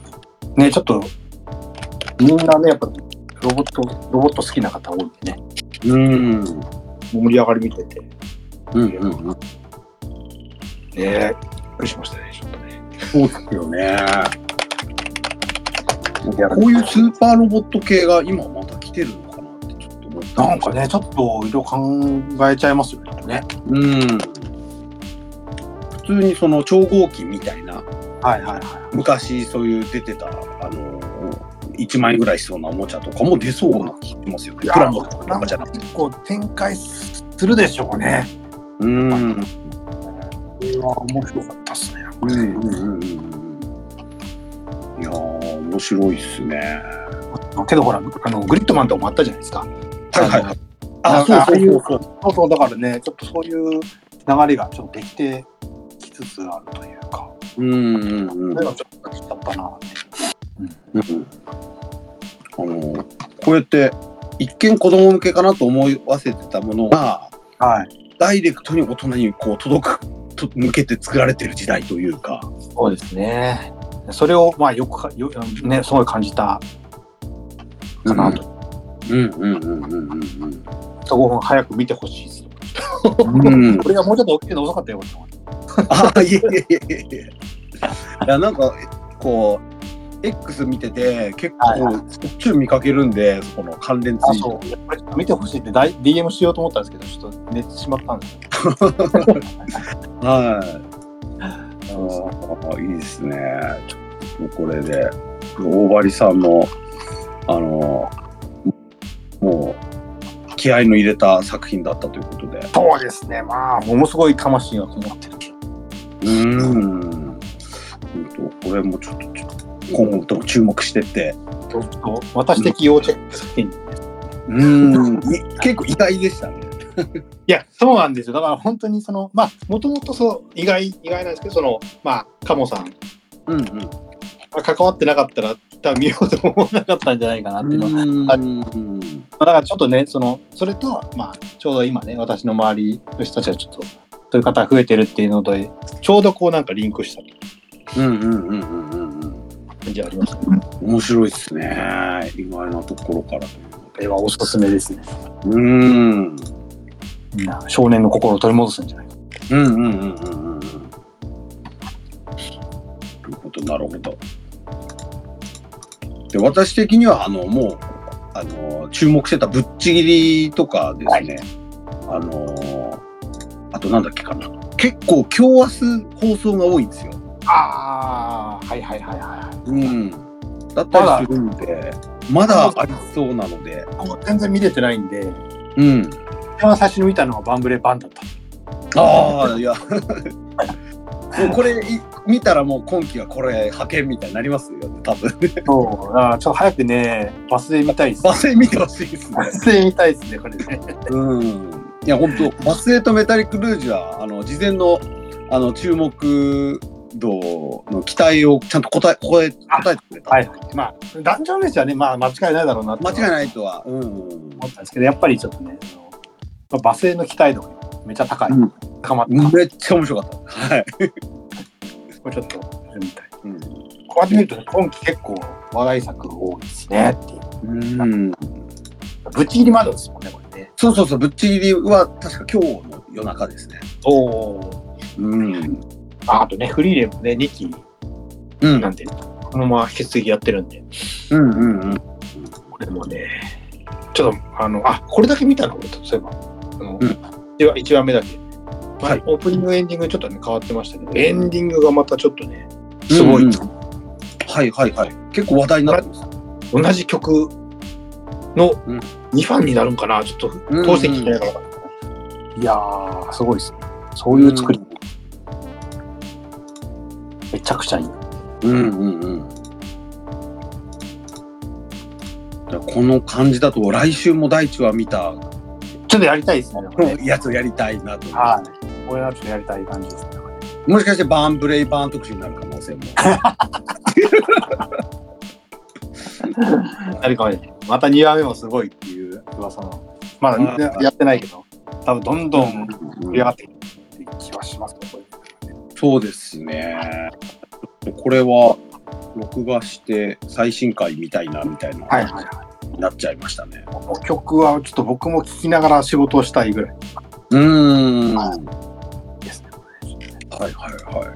Speaker 2: ね、ちょっと、みんなね、やっぱ、ロボット、ロボット好きな方多いんでね、
Speaker 1: うん
Speaker 2: 盛り上がり見てて、ね
Speaker 1: うんうんうん、
Speaker 2: え、びっくりしましたね、ちょっとね。
Speaker 1: そうですよね。
Speaker 2: 盛り上
Speaker 1: こ
Speaker 2: が
Speaker 1: う
Speaker 2: り
Speaker 1: いうスーパーロボット系が今また来てるのかなってちょっと思った。
Speaker 2: なんか。ね、ちょっと、いろいろ考えちゃいますよね。
Speaker 1: うん。普通にその超合金みたいな、
Speaker 2: はいはいは
Speaker 1: 昔そういう出てた、あの、1万円ぐらいしそうなおもちゃとかも出そうな気しますよね。
Speaker 2: い。
Speaker 1: プラモとかなんかじゃなくて。
Speaker 2: 結構展開するでしょうね。
Speaker 1: うん。うん
Speaker 2: これは面白かったっすね。
Speaker 1: うんうんうん。いやー、面白いっすね。
Speaker 2: けどほら、あの、グリッドマンとかもあったじゃないですか。
Speaker 1: はいはいはい。あ、
Speaker 2: あ
Speaker 1: そうそうそう
Speaker 2: あ
Speaker 1: そう。
Speaker 2: そうそう、だからね、ちょっとそういう流れがちょっとできてきつつあるというか、
Speaker 1: うんうんうん
Speaker 2: それ。がちょっときちゃったなって。
Speaker 1: うんあのこうやって一見子供向けかなと思わせてたものが
Speaker 2: はい。
Speaker 1: ダイレクトに大人にこう届くと向けて作られてる時代というか、
Speaker 2: そうですね。それを、まあ、よくか、よね、すごい感じたかなと。
Speaker 1: うんうんうんうんうん
Speaker 2: 5分早く見てほしいです。
Speaker 1: うんうん
Speaker 2: これがもうちょっと大きいの遅かったよ、俺
Speaker 1: あいえいえいえいえいやなんかこう X 見てて結
Speaker 2: はいは
Speaker 1: 構しょっちゅう見かけるんでそこの関連ツイ
Speaker 2: あ、
Speaker 1: ート
Speaker 2: そう。やっぱり見てほしいってだい DM しようと思ったんですけど、ちょっと寝てしまったんです
Speaker 1: はいあーいいですねちょっとこれで大張さんのあのもう気合いの入れた作品だったということで
Speaker 2: そうですね。まあ、ものすごい魂がこもってる。
Speaker 1: うーん。ほんとこれもちょっとちょ今後とも注目してって。
Speaker 2: ちょっと私的要チェック作品。いう
Speaker 1: ーん。い結構意外でしたね。
Speaker 2: や、
Speaker 3: そうなんですよ。だから本当にその、まあ、もともとそう、意外、意外なんですけど、その、まあ、カモさん、
Speaker 1: うん
Speaker 3: まあ関わってなかったら、多分見ようと思わなかったんじゃないかなっていうのは。
Speaker 1: ん
Speaker 3: あ
Speaker 1: ん。
Speaker 3: まあだからちょっとね、その、それと、まあ、ちょうど今ね、私の周りの人たちはちょっと、そういう方が増えてるっていうのと、ちょうどこうなんかリンクした
Speaker 1: うんうんうんうんうんうん。
Speaker 3: 感じがありますね。
Speaker 1: 面白いですね。意外なところから。
Speaker 2: これはおすすめですね。
Speaker 1: うーん。
Speaker 2: みんな少年の心を取り戻すんじゃないか。
Speaker 1: うんうんうんうんうんうん。なるほど、なるほど。で、私的には、あの、もう、あの、注目してたぶっちぎりとかですね。あの、あとなんだっけかな。結構、今日明日放送が多いんですよ。
Speaker 2: ああ、はいはいはいは
Speaker 1: うん。だったりするんで、まだありそうなので。
Speaker 2: い。もう全然見れてないんで、
Speaker 1: うん。
Speaker 2: 一番最初に見たのはバンブレバンだった。
Speaker 1: ああ、いや。もうこれい見たらもう今期はこれ派遣みたいになりますよね、多分。
Speaker 2: そう、だからちょっと早くね、バスで見たいっす。
Speaker 1: バスへ見てほしいですね。
Speaker 2: バスで見たいっすね、これね。
Speaker 1: うん。いや、本当バスへとメタリック・ルージュは、あの、事前の、あの、注目度の期待をちゃんと答え、答え、答えてくれた。
Speaker 2: はい。まあ、ダンジョンレースはね、まあ、間違いないだろうなって
Speaker 1: 間違い
Speaker 2: い
Speaker 1: ないとは。うん。
Speaker 2: 思ったんですけど、やっぱりちょっとね、そのまあバスへの期待度がめっちゃ高い。
Speaker 1: うん
Speaker 2: 高まった。こ
Speaker 1: めっちゃ面白かった。はい。
Speaker 2: れちょっと、みたい。
Speaker 1: うん
Speaker 2: こうやって見ると、今季結構話題作多いですねっていう。
Speaker 1: うん。
Speaker 2: ぶっちぎり窓ですもんね、これね。
Speaker 1: そうそうそう、ぶっちぎりは確か今日の夜中ですね。
Speaker 2: おお。
Speaker 1: うん。
Speaker 2: ああとね、フリーレンもね、2期
Speaker 1: う。
Speaker 2: なんんで、このまま引き続きやってるんで、
Speaker 1: うんうんうん。
Speaker 2: これもね、ちょっと、あの、あ、これだけ見たの俺、そういえば。あの、では1話目だけ。まあ
Speaker 1: はい
Speaker 2: オープニング、エンディングちょっとね、変わってましたけど、エンディングがまたちょっとね、すごい、
Speaker 1: うんうんはいはいはい。結構話題になってます。
Speaker 2: 同じ曲の
Speaker 1: うん
Speaker 2: 2ファンになるんかな、ちょっと
Speaker 1: うん
Speaker 2: 通して聞いてないからかな。いやー、すごいですね。そういう作り、めちゃくちゃいい。
Speaker 1: うんうんうん。じゃあこの感じだと来週も大地は見た
Speaker 2: ちょっとやりたいですね、なんかね
Speaker 1: やつをやりたいなと、
Speaker 2: はい。これはちょっとやりたい感じですね。
Speaker 1: もしかしてバーンブレイバーン特集になる可能 性も
Speaker 2: なるかもしれない。また2話目もすごいっていう噂の。まだ
Speaker 1: うん
Speaker 2: やってないけど、多分どんどん
Speaker 1: う
Speaker 2: 盛
Speaker 1: ん
Speaker 2: り上がっていくって気はしますね、これ。
Speaker 1: そうですねこれは録画して最新回みたいなみたいな、
Speaker 2: はいはいはい。
Speaker 1: なっちゃいましたね
Speaker 2: この曲はちょっと僕も聴きながら仕事をしたいぐらいう
Speaker 1: ーんは
Speaker 2: ですね。こ
Speaker 1: いはいはい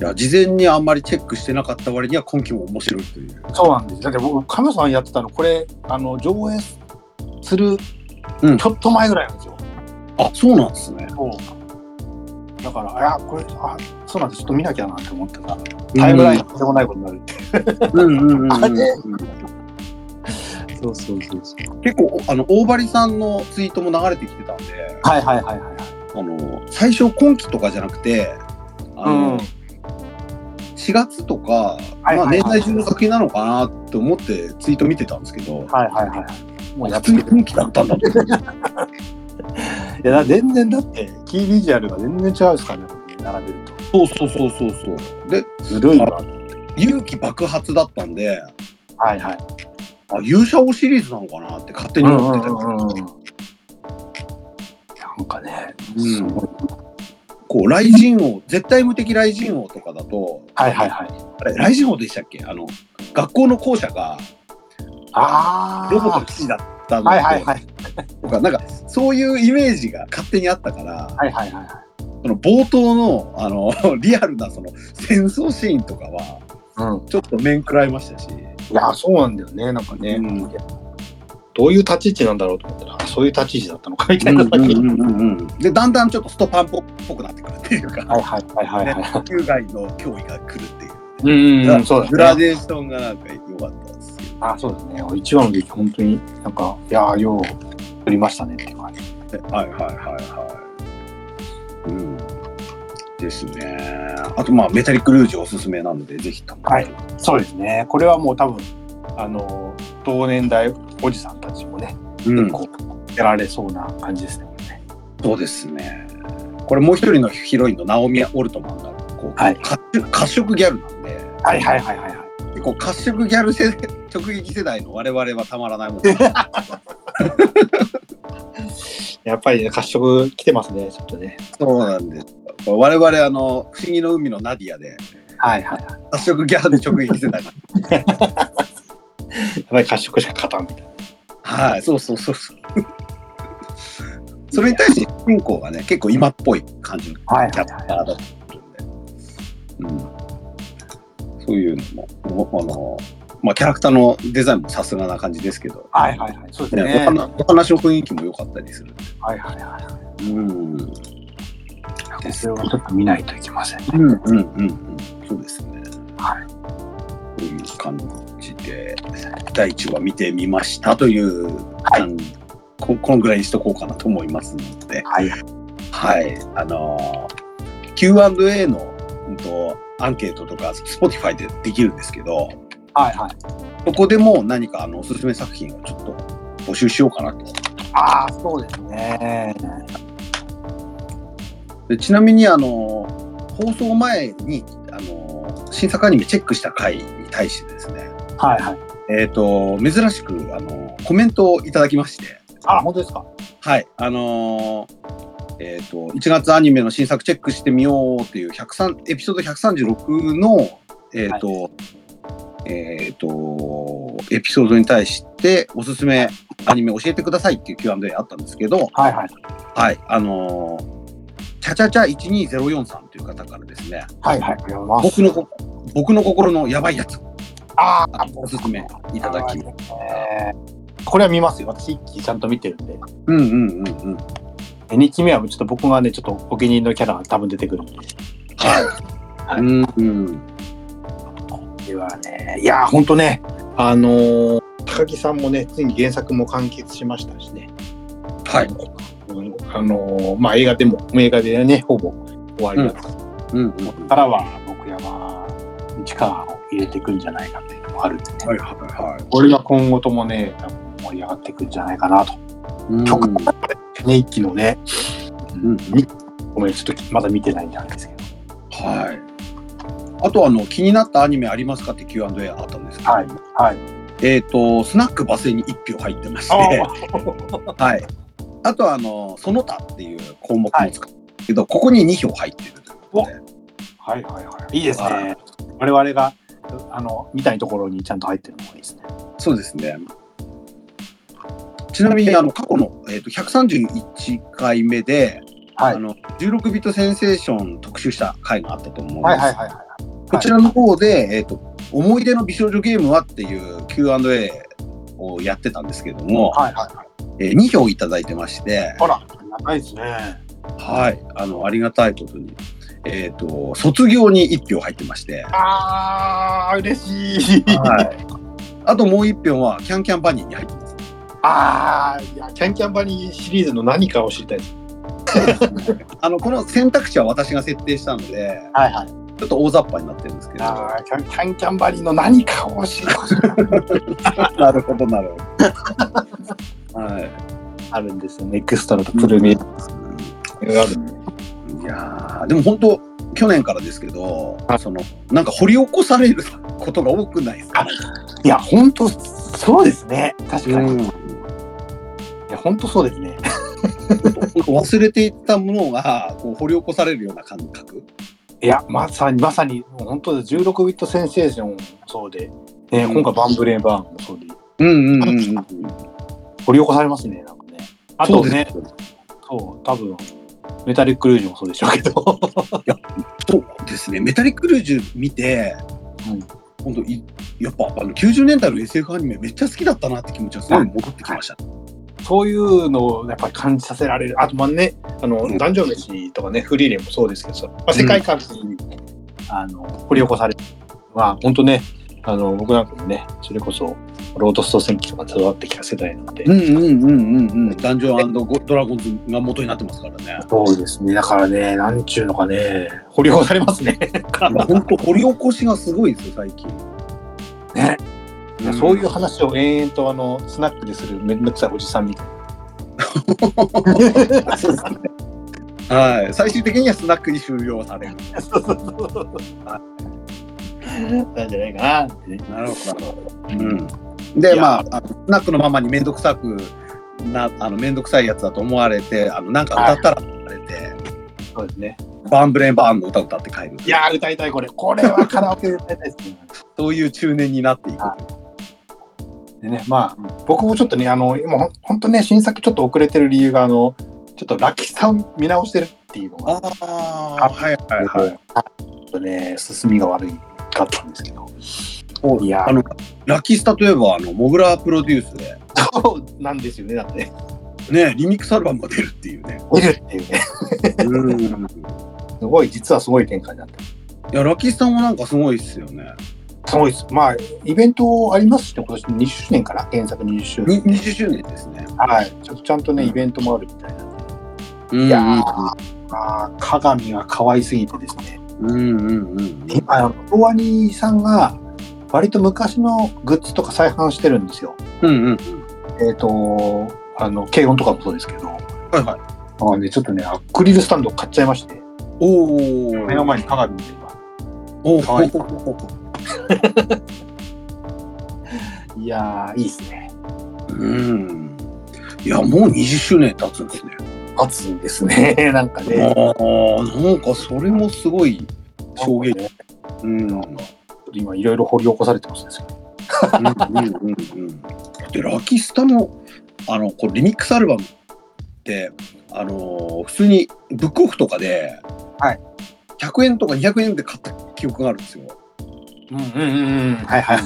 Speaker 1: いや事前にあんまりチェックしてなかった割には今期も面白いという
Speaker 2: れそうなんです。だって僕、カメさんやってたの、これ、あの、上映する
Speaker 1: うん
Speaker 2: ちょっと前ぐらいなんですよ。
Speaker 1: あそうなんですね
Speaker 2: そうだから、あ、これ、あ、そうなんです。ちょっと見なきゃなって思ってた。タイムラインとんでもないことになるって。
Speaker 1: うんうんうんうん
Speaker 2: あれ
Speaker 3: そうそうそうそう。
Speaker 1: 結構あの大張さんのツイートも流れてきてたんで
Speaker 2: はいはいはいはい。
Speaker 1: あの最初今期とかじゃなくてあの、
Speaker 2: うん
Speaker 1: 4月とか、
Speaker 2: はいはい
Speaker 1: まあ、
Speaker 2: はい
Speaker 1: 年内中の作品なのかなって思ってツイート見てたんですけど、
Speaker 2: はいはいはい。もうやっ
Speaker 1: 普通
Speaker 2: て
Speaker 1: に
Speaker 2: る。
Speaker 1: 今期だったんだと思って
Speaker 2: いや、だ全然だって、キービジュアルが全然違うですからね、並べると。
Speaker 1: そうそうそうそうそうで
Speaker 2: ずるいわ。
Speaker 1: 勇気爆発だったんで
Speaker 2: はいはい。
Speaker 1: あ勇者王シリーズなのかなって勝手に思ってた、
Speaker 2: うんうんうんうん。いやなんかね、
Speaker 1: うん
Speaker 2: すごい
Speaker 1: こう、雷神王、絶対無敵雷神王とかだと、
Speaker 2: はいはいはい。
Speaker 1: あれ、雷神王でしたっけあの、学校の校舎が
Speaker 2: ああ。
Speaker 1: ロボット基地だったのとか、
Speaker 2: はいはいはい。
Speaker 1: なんか、そういうイメージが勝手にあったから、
Speaker 2: はいはいはい。
Speaker 1: その冒頭の、あの、 リアルなその戦争シーンとかは、
Speaker 2: うん。
Speaker 1: ちょっと面食らいましたし、
Speaker 3: いや、そうなんだよね、なんかね。
Speaker 1: うん
Speaker 3: どういう立ち位置なんだろうと思ったら、あそういう立ち位置だったのかみたいな。
Speaker 1: で、だんだんちょっとストパンっぽくなってくるっていうか、
Speaker 2: はいはいはいはいはい。
Speaker 1: 地球外の脅威が来るっていう。
Speaker 2: うんうん、そう
Speaker 1: グ
Speaker 2: だ
Speaker 1: ラ
Speaker 2: ね。
Speaker 1: デーションがなんか良かったですけど
Speaker 2: あそうですね。一話の劇、本当になんか、いやー、よう作りましたねっていう感じ。
Speaker 1: はいはいはいはい。うん。ですね。あとまあメタリックルージュおすすめなのでぜひとも。
Speaker 2: はいそうですね。これはもう多分、あの、同年代おじさんたちもね、
Speaker 1: うん。
Speaker 2: こう、やられそうな感じですね。
Speaker 1: そうですね。これもう一人のヒロインのナオミ・オルトマンがこう、
Speaker 2: はい
Speaker 1: 褐色褐色ギャルなんで、
Speaker 2: はいはいはいはいはい。
Speaker 1: こう褐色ギャル世代 直撃世代の我々はたまらない もん、ね、
Speaker 3: やっぱりね、褐色来てますね、ちょっとね。
Speaker 1: そうなんです。これ我々あの不思議の海のナディアで
Speaker 2: はいはいはい。
Speaker 1: 褐色ギャルで直撃世代。
Speaker 3: やっぱり褐色しか勝たんみたいな。
Speaker 1: はい、そうそうそうそう。それに対して主人公がね結構今っぽい感じの
Speaker 2: はい
Speaker 1: キャラクターだったんで、うん、そういうのも、あのまあ、キャラクターのデザインもさすがな感じですけど、
Speaker 2: はいはいはい。そうで
Speaker 1: ね
Speaker 2: すね
Speaker 1: お。話お話の雰囲気も良かったりするんで。
Speaker 2: はいはいはい。
Speaker 1: うん、うん、
Speaker 2: それはちょっと見ないといけませんね。
Speaker 1: うん、うん、そうですね。。
Speaker 2: はい
Speaker 1: という感じで、第1話見てみましたという感じ、ここのぐらいにしとこうかなと思いますので、
Speaker 2: はい。
Speaker 1: はい、あのー Q&A の、うんと、アンケートとか Spotify でできるんですけど、
Speaker 2: はいはい。
Speaker 1: そこでもう何かあのおすすめ作品をちょっと募集しようかなと。
Speaker 2: ああ、そうですね。
Speaker 1: でちなみにあの放送前にあの新作アニメチェックした回に対してですね、
Speaker 2: はいはい。
Speaker 1: えっ、と珍しくあのコメントをいただきまして、
Speaker 2: あ、本当ですか。
Speaker 1: はい、あのーえっ、と1月アニメの新作チェックしてみようっていう103エピソード136のえっ、と、えっ、とエピソードに対しておすすめアニメ教えてくださいっていう Q&A あったんですけど、
Speaker 2: はいはい。
Speaker 1: はい、あのー、チャチャチャ1204さんという方からですね、
Speaker 2: はいはい。ありがとうございま
Speaker 1: 僕
Speaker 2: す
Speaker 1: のこ僕の心のやばいやつ、
Speaker 2: ああ、
Speaker 1: おすすめいただき、
Speaker 2: えーこれは見ますよ。私、一期ちゃんと見てるんで。
Speaker 1: うんうんうんうん、
Speaker 2: で二期目はちょっと僕がね、ちょっとお気に入りのキャラが多分出てくるんで。
Speaker 1: はい、
Speaker 2: はい
Speaker 1: うんうん、
Speaker 2: ではね、いやー、ほんとね、
Speaker 3: あのー高木さんもね、ついに原作も完結しましたしね。
Speaker 1: はい、
Speaker 3: うんあのーまあ映画でも、映画でね、ほぼ終わりだった。
Speaker 1: うんうん、
Speaker 2: ここからは僕山に力を入れていくんじゃないかっていうのもあるんでね。
Speaker 1: はいはいはい、
Speaker 2: これは今後ともね、多分盛り上がっていくんじゃないかなと。
Speaker 1: うん
Speaker 2: 曲もね、一期のね、
Speaker 1: うん
Speaker 2: ごめん、ちょっとまだ見てないんであれですけど。
Speaker 1: はい。あとあの気になったアニメありますかって Q&A あったんですけど、
Speaker 2: はい、 はい。
Speaker 1: えっ、とスナックバセに1票入ってまして、はい。あとはあのその他っていう項目も使うけど、ここに2票入ってるということで。
Speaker 2: はいはいはい。いいです
Speaker 1: は
Speaker 2: ね。我々が、あの、みたいなところにちゃんと入ってるのもいいですね。
Speaker 1: そうですね。ちなみにあの過去の、えー、と131回目で、
Speaker 2: は
Speaker 1: あ
Speaker 2: い
Speaker 1: の16ビットセンセーション特集した回があったと思うんです、
Speaker 2: はいはいはいはい。
Speaker 1: こちらの方で、えーと「思い出の美少女ゲームは?」っていう Q&A をやってたんですけども、
Speaker 2: はいはいはい。
Speaker 1: えー2票いただいてまして、
Speaker 2: ほら、長いですね。
Speaker 1: はい、あのありがたいことに、えー、と卒業に1票入ってまして、
Speaker 2: あー、嬉しい。
Speaker 1: はい、あともう1票は「キャンキャンバニー」に入ってます。
Speaker 2: あー、いや、
Speaker 3: キャンキャンバニーシリーズの何かを知りたいです。
Speaker 1: あのこの選択肢は私が設定したので
Speaker 2: はいはい。
Speaker 1: ちょっと大雑把になってるんですけど。
Speaker 2: あーキャンキャンキャンバリーの何かを知る
Speaker 1: なるほど、なるほど。 はい。
Speaker 2: あるんですよね。エクストラとプルミ
Speaker 3: ある
Speaker 1: いやーでも本当、去年からですけど、その、なんか掘り起こされることが多くないですか、
Speaker 2: いや、本当そうですね。確かに。
Speaker 1: ん
Speaker 2: いや、本当そうですね。
Speaker 1: 忘れていったものがこう掘り起こされるような感覚。
Speaker 2: いや、まさに、まさに、もう本当で16ビットセンセーションもそうで、ね、
Speaker 1: うん
Speaker 2: 今回バンブレーバーンもそうで、
Speaker 1: うんうんうんうん。
Speaker 2: 掘り起こされますね、なんかね。あ
Speaker 1: そ
Speaker 2: と
Speaker 1: うで
Speaker 2: ね、
Speaker 1: す
Speaker 2: そう多分、メタリックルージュもそうでしょうけど、
Speaker 1: そうですね。メタリックルージュ見て、
Speaker 2: うん
Speaker 1: 本当いやっぱあの90年代の SF アニメめっちゃ好きだったなって気持ちがすごい戻ってきました。
Speaker 2: そういうのをやっぱり感じさせられる。あと、まあね、
Speaker 3: あの、
Speaker 1: うん
Speaker 3: 男女飯とかね、フリーレンもそうですけどさ、まあ、世界観に、
Speaker 2: あの、掘り起こされる。まあ、本当ね、あの、僕なんかもね、それこそ、ロードスト戦記とかに育ってきた世代なので、
Speaker 1: うんうんうんうんうん。ダンジョンゴドラゴンズが元になってますからね。
Speaker 2: そうですね。だからね、なんちゅうのかね、掘り起こされますね。
Speaker 1: 本当掘り起こしがすごいですよ最近。
Speaker 2: ね
Speaker 1: ん
Speaker 2: そういう話を延々とあのスナックでするめんどくさいおじさんみたい
Speaker 1: そうですね。はい。最終的にはスナックに終了される。
Speaker 2: な。そうそうそう。なんじゃないかなってね。
Speaker 1: なるほど。
Speaker 2: う。
Speaker 1: うんん。で、まあ、あのスナックのままに面倒くさくな、あの、面倒くさいやつだと思われて、あの、なんか歌ったら思われて、
Speaker 2: そうですね。
Speaker 1: バーンブレインバーンの歌歌って帰る。
Speaker 2: いやー、歌いたいこれ。これはカラオケで歌いたいですね。
Speaker 1: そういう中年になっていく。
Speaker 2: でね、まあ、僕もちょっとね、あの、今ほんほんとね、新作ちょっと遅れてる理由が、あの、ちょっとラッキーさん見直してるっていうのが、
Speaker 1: ああはいはいはい。
Speaker 2: ちょっとね、進みが悪いかったんですけど。いや
Speaker 1: あの、ラッキースタといえば、あの、モグラプロデュースで、
Speaker 2: そうなんですよね、だってね。
Speaker 1: ね、リミックスアルバムが出るっていうね。
Speaker 2: 見るっていうね。
Speaker 1: うん。
Speaker 2: すごい、実はすごい展開になって
Speaker 1: いや、ラッキースタもなんかすごいっすよね。
Speaker 2: すごいです。まあ、イベントありますしね、今年20周年から、原作20周年。
Speaker 1: に20周年ですね。
Speaker 2: はい。ちょっとちゃんとね、
Speaker 1: うん
Speaker 2: イベントもあるみたいな。
Speaker 1: うん
Speaker 2: いやまあ、鏡が可愛すぎてですね。
Speaker 1: うんうんうん。
Speaker 2: あの、ロワニさんが、割と昔のグッズとか再販してるんですよ。
Speaker 1: うんうん。
Speaker 2: えっ、と、あの、軽音とかもそうですけど。
Speaker 1: はいはい。
Speaker 2: まあね、ちょっとね、アクリルスタンド買っちゃいまして、
Speaker 1: おお。
Speaker 2: 目の前に鏡見て今。
Speaker 1: おお。
Speaker 2: かわいい
Speaker 1: う
Speaker 2: いやー、いいですね。
Speaker 1: ん。いや、もう20周年経つんですね。
Speaker 2: 熱いですね。 なんかね。
Speaker 1: ああ、なんかそれもすごい衝撃。
Speaker 2: ちょ
Speaker 1: うん。うんうん
Speaker 2: っと今、いろいろ掘り起こされてますね。
Speaker 1: うんうん。で、ラキスタの、あの、これリミックスアルバムって、あのー普通にブックオフとかで、
Speaker 2: はい。
Speaker 1: 100円とか200円で買った記憶があるんですよ。
Speaker 2: うんうんうんうん。はいはい。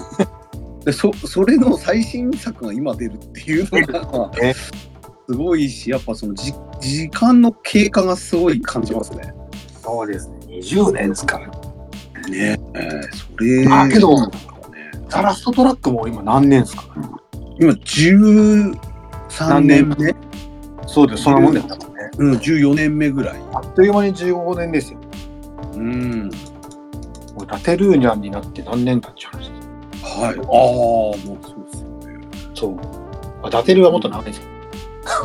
Speaker 1: でそそれの最新作が今出るっていうのが
Speaker 2: ね
Speaker 1: すごいしやっぱそのじ時間の経過がすごい感じますね。
Speaker 2: そうですね。20年ですから。
Speaker 1: ねえそれ
Speaker 2: だけど
Speaker 1: ね
Speaker 2: ザラストトラックも今何年ですか、
Speaker 1: 今13年目
Speaker 2: そうです、そんなもんですね。
Speaker 1: うん、14年目ぐらい。
Speaker 2: あっという間に15年ですよ。
Speaker 1: うん
Speaker 2: もうラテルーニャンになって何年経っちゃうんですか
Speaker 1: はい、ああもうそうですよね。
Speaker 2: そう。まあ、ラテルーはもっと長いです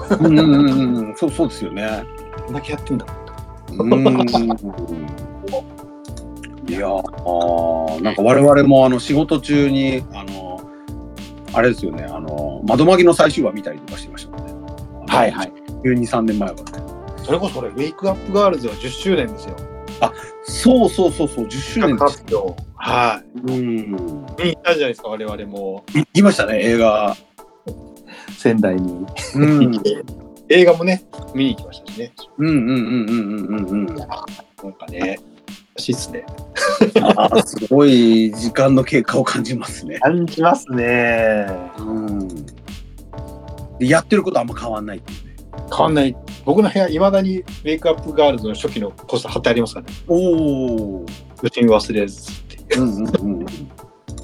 Speaker 2: けど、
Speaker 1: うんうんうんうんそうそうですよね。
Speaker 2: こんだけやってんだ。
Speaker 1: うんいやあーなんか我々もあの仕事中にあのあれですよねあの窓マギの最終話見たりとかしてましたもんね。
Speaker 2: はいはい。
Speaker 1: 急に3年前はね。
Speaker 2: それこそこれ、ウェイクアップガールズは10周年ですよ。
Speaker 1: そうそうそうそう10周年です。
Speaker 2: よ。は
Speaker 1: うん。
Speaker 2: い。見に行ったじゃないですか、我々も。
Speaker 1: いきましたね映画。
Speaker 2: 仙台に。
Speaker 1: うんうん
Speaker 2: 映画もね、見に行きましたしね。
Speaker 1: うんうんうんうんうん うん。
Speaker 2: なんかね、らしいっすね。
Speaker 1: あーすごい時間の経過を感じますね。
Speaker 2: 感じますね。
Speaker 1: うん。でやってることあんま変わんないっていうね。
Speaker 2: 変わんない。僕の部屋、いまだにウェイクアップガールズの初期のポスター貼ってありますからね。
Speaker 1: おお。
Speaker 2: 無事に忘れずっていう。
Speaker 1: うんうんうん。
Speaker 2: い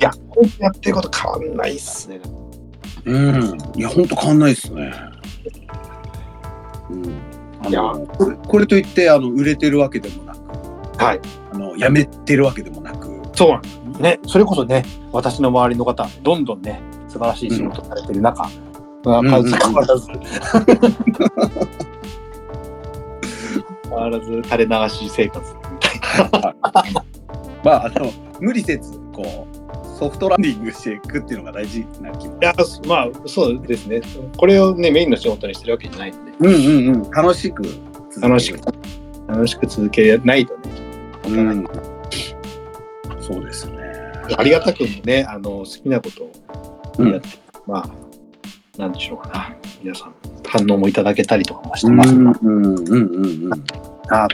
Speaker 2: や、本当やってること変わんないっすね。
Speaker 1: うん、いや、本当変わんないですね。うん、あ
Speaker 2: いや
Speaker 1: のこれこれといってあの売れてるわけでもなく、
Speaker 2: はい。
Speaker 1: あのやめてるわけでもなく、
Speaker 2: そうなんですね。それこそね、私の周りの方、どんどんね、素晴らしい仕事されてる中、まあ
Speaker 1: うん
Speaker 2: 数変わらず、変わらず垂れ流し生活みたい
Speaker 1: まああの無理せずこうソフトランディングしていくっていうのが大事な気も
Speaker 2: いや、まあ、そうですね。これをね、メインの仕事にしてるわけじゃないんで、
Speaker 1: うんうんうん楽しく続ける
Speaker 2: 楽しく、楽しく続けないとね、
Speaker 1: うんそうですね
Speaker 2: ありがたくもね、あの、好きなことをやって、まあ、なんでしょうかな。皆さん、反応もいただけたりとかもしてますが、
Speaker 1: うんうんうんうんあ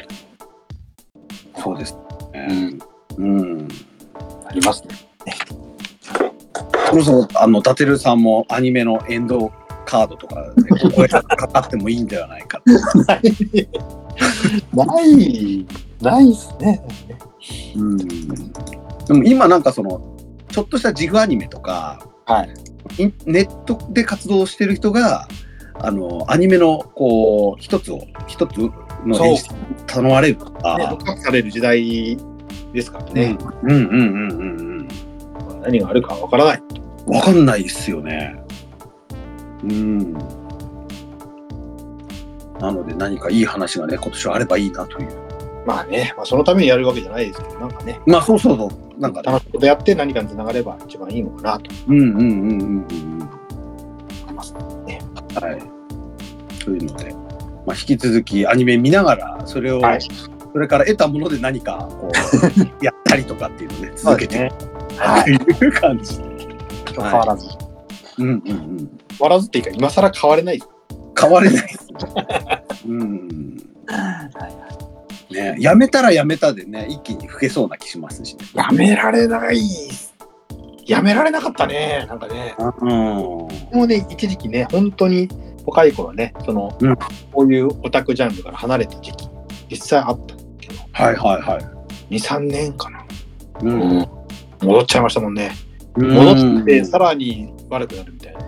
Speaker 1: そうですねうん
Speaker 2: ありますね。
Speaker 1: そろそろあのダテルさんもアニメのエンドカードとかでここへかかってもいいんではないか と
Speaker 2: ない、ないですね。
Speaker 1: うんでも今なんかそのちょっとしたジグアニメとか、、
Speaker 2: はい
Speaker 1: ネットで活動してる人があのアニメのこう一つを一つの演出頼まれると
Speaker 2: ね、
Speaker 1: か
Speaker 2: 独学される時代ですからね。
Speaker 1: うんうんうんうん
Speaker 2: 何があるかわからない。
Speaker 1: うんわかんないですよねうんなので何かいい話がね今年はあればいいなという
Speaker 2: まあね、まあ、そのためにやるわけじゃないですけど、なんかね、
Speaker 1: まあそうそうそうなんかね
Speaker 2: 楽しいことやって何かにつながれば一番いいのかなと
Speaker 1: うんうんうんうんうんうん
Speaker 2: 思います。
Speaker 1: はい。というので、まあ、引き続きアニメ見ながら、それを、
Speaker 2: はい
Speaker 1: それから得たもので何かこう やったりとかっていうのをね、続けてい
Speaker 2: は
Speaker 1: くという感じ。
Speaker 2: い、変わらず。
Speaker 1: うんうんうん。
Speaker 2: 変わらずっていうか、今更変われないです。
Speaker 1: 変われない ですね。うん。ね、やめたらやめたでね、一気に老けそうな気しますしね。
Speaker 2: やめられないっす。やめられなかったね、なんかね。
Speaker 1: うん。
Speaker 2: もうね、一時期ね、本当に若い頃ね、その、
Speaker 1: うん
Speaker 2: こういうオタクジャンルから離れた時期、実際あったけど、
Speaker 1: はいはいはい。
Speaker 2: 2、3年かな。
Speaker 1: う
Speaker 2: 戻っちゃいましたもんね。
Speaker 1: ん
Speaker 2: 戻ってさらに悪くなるみた いな。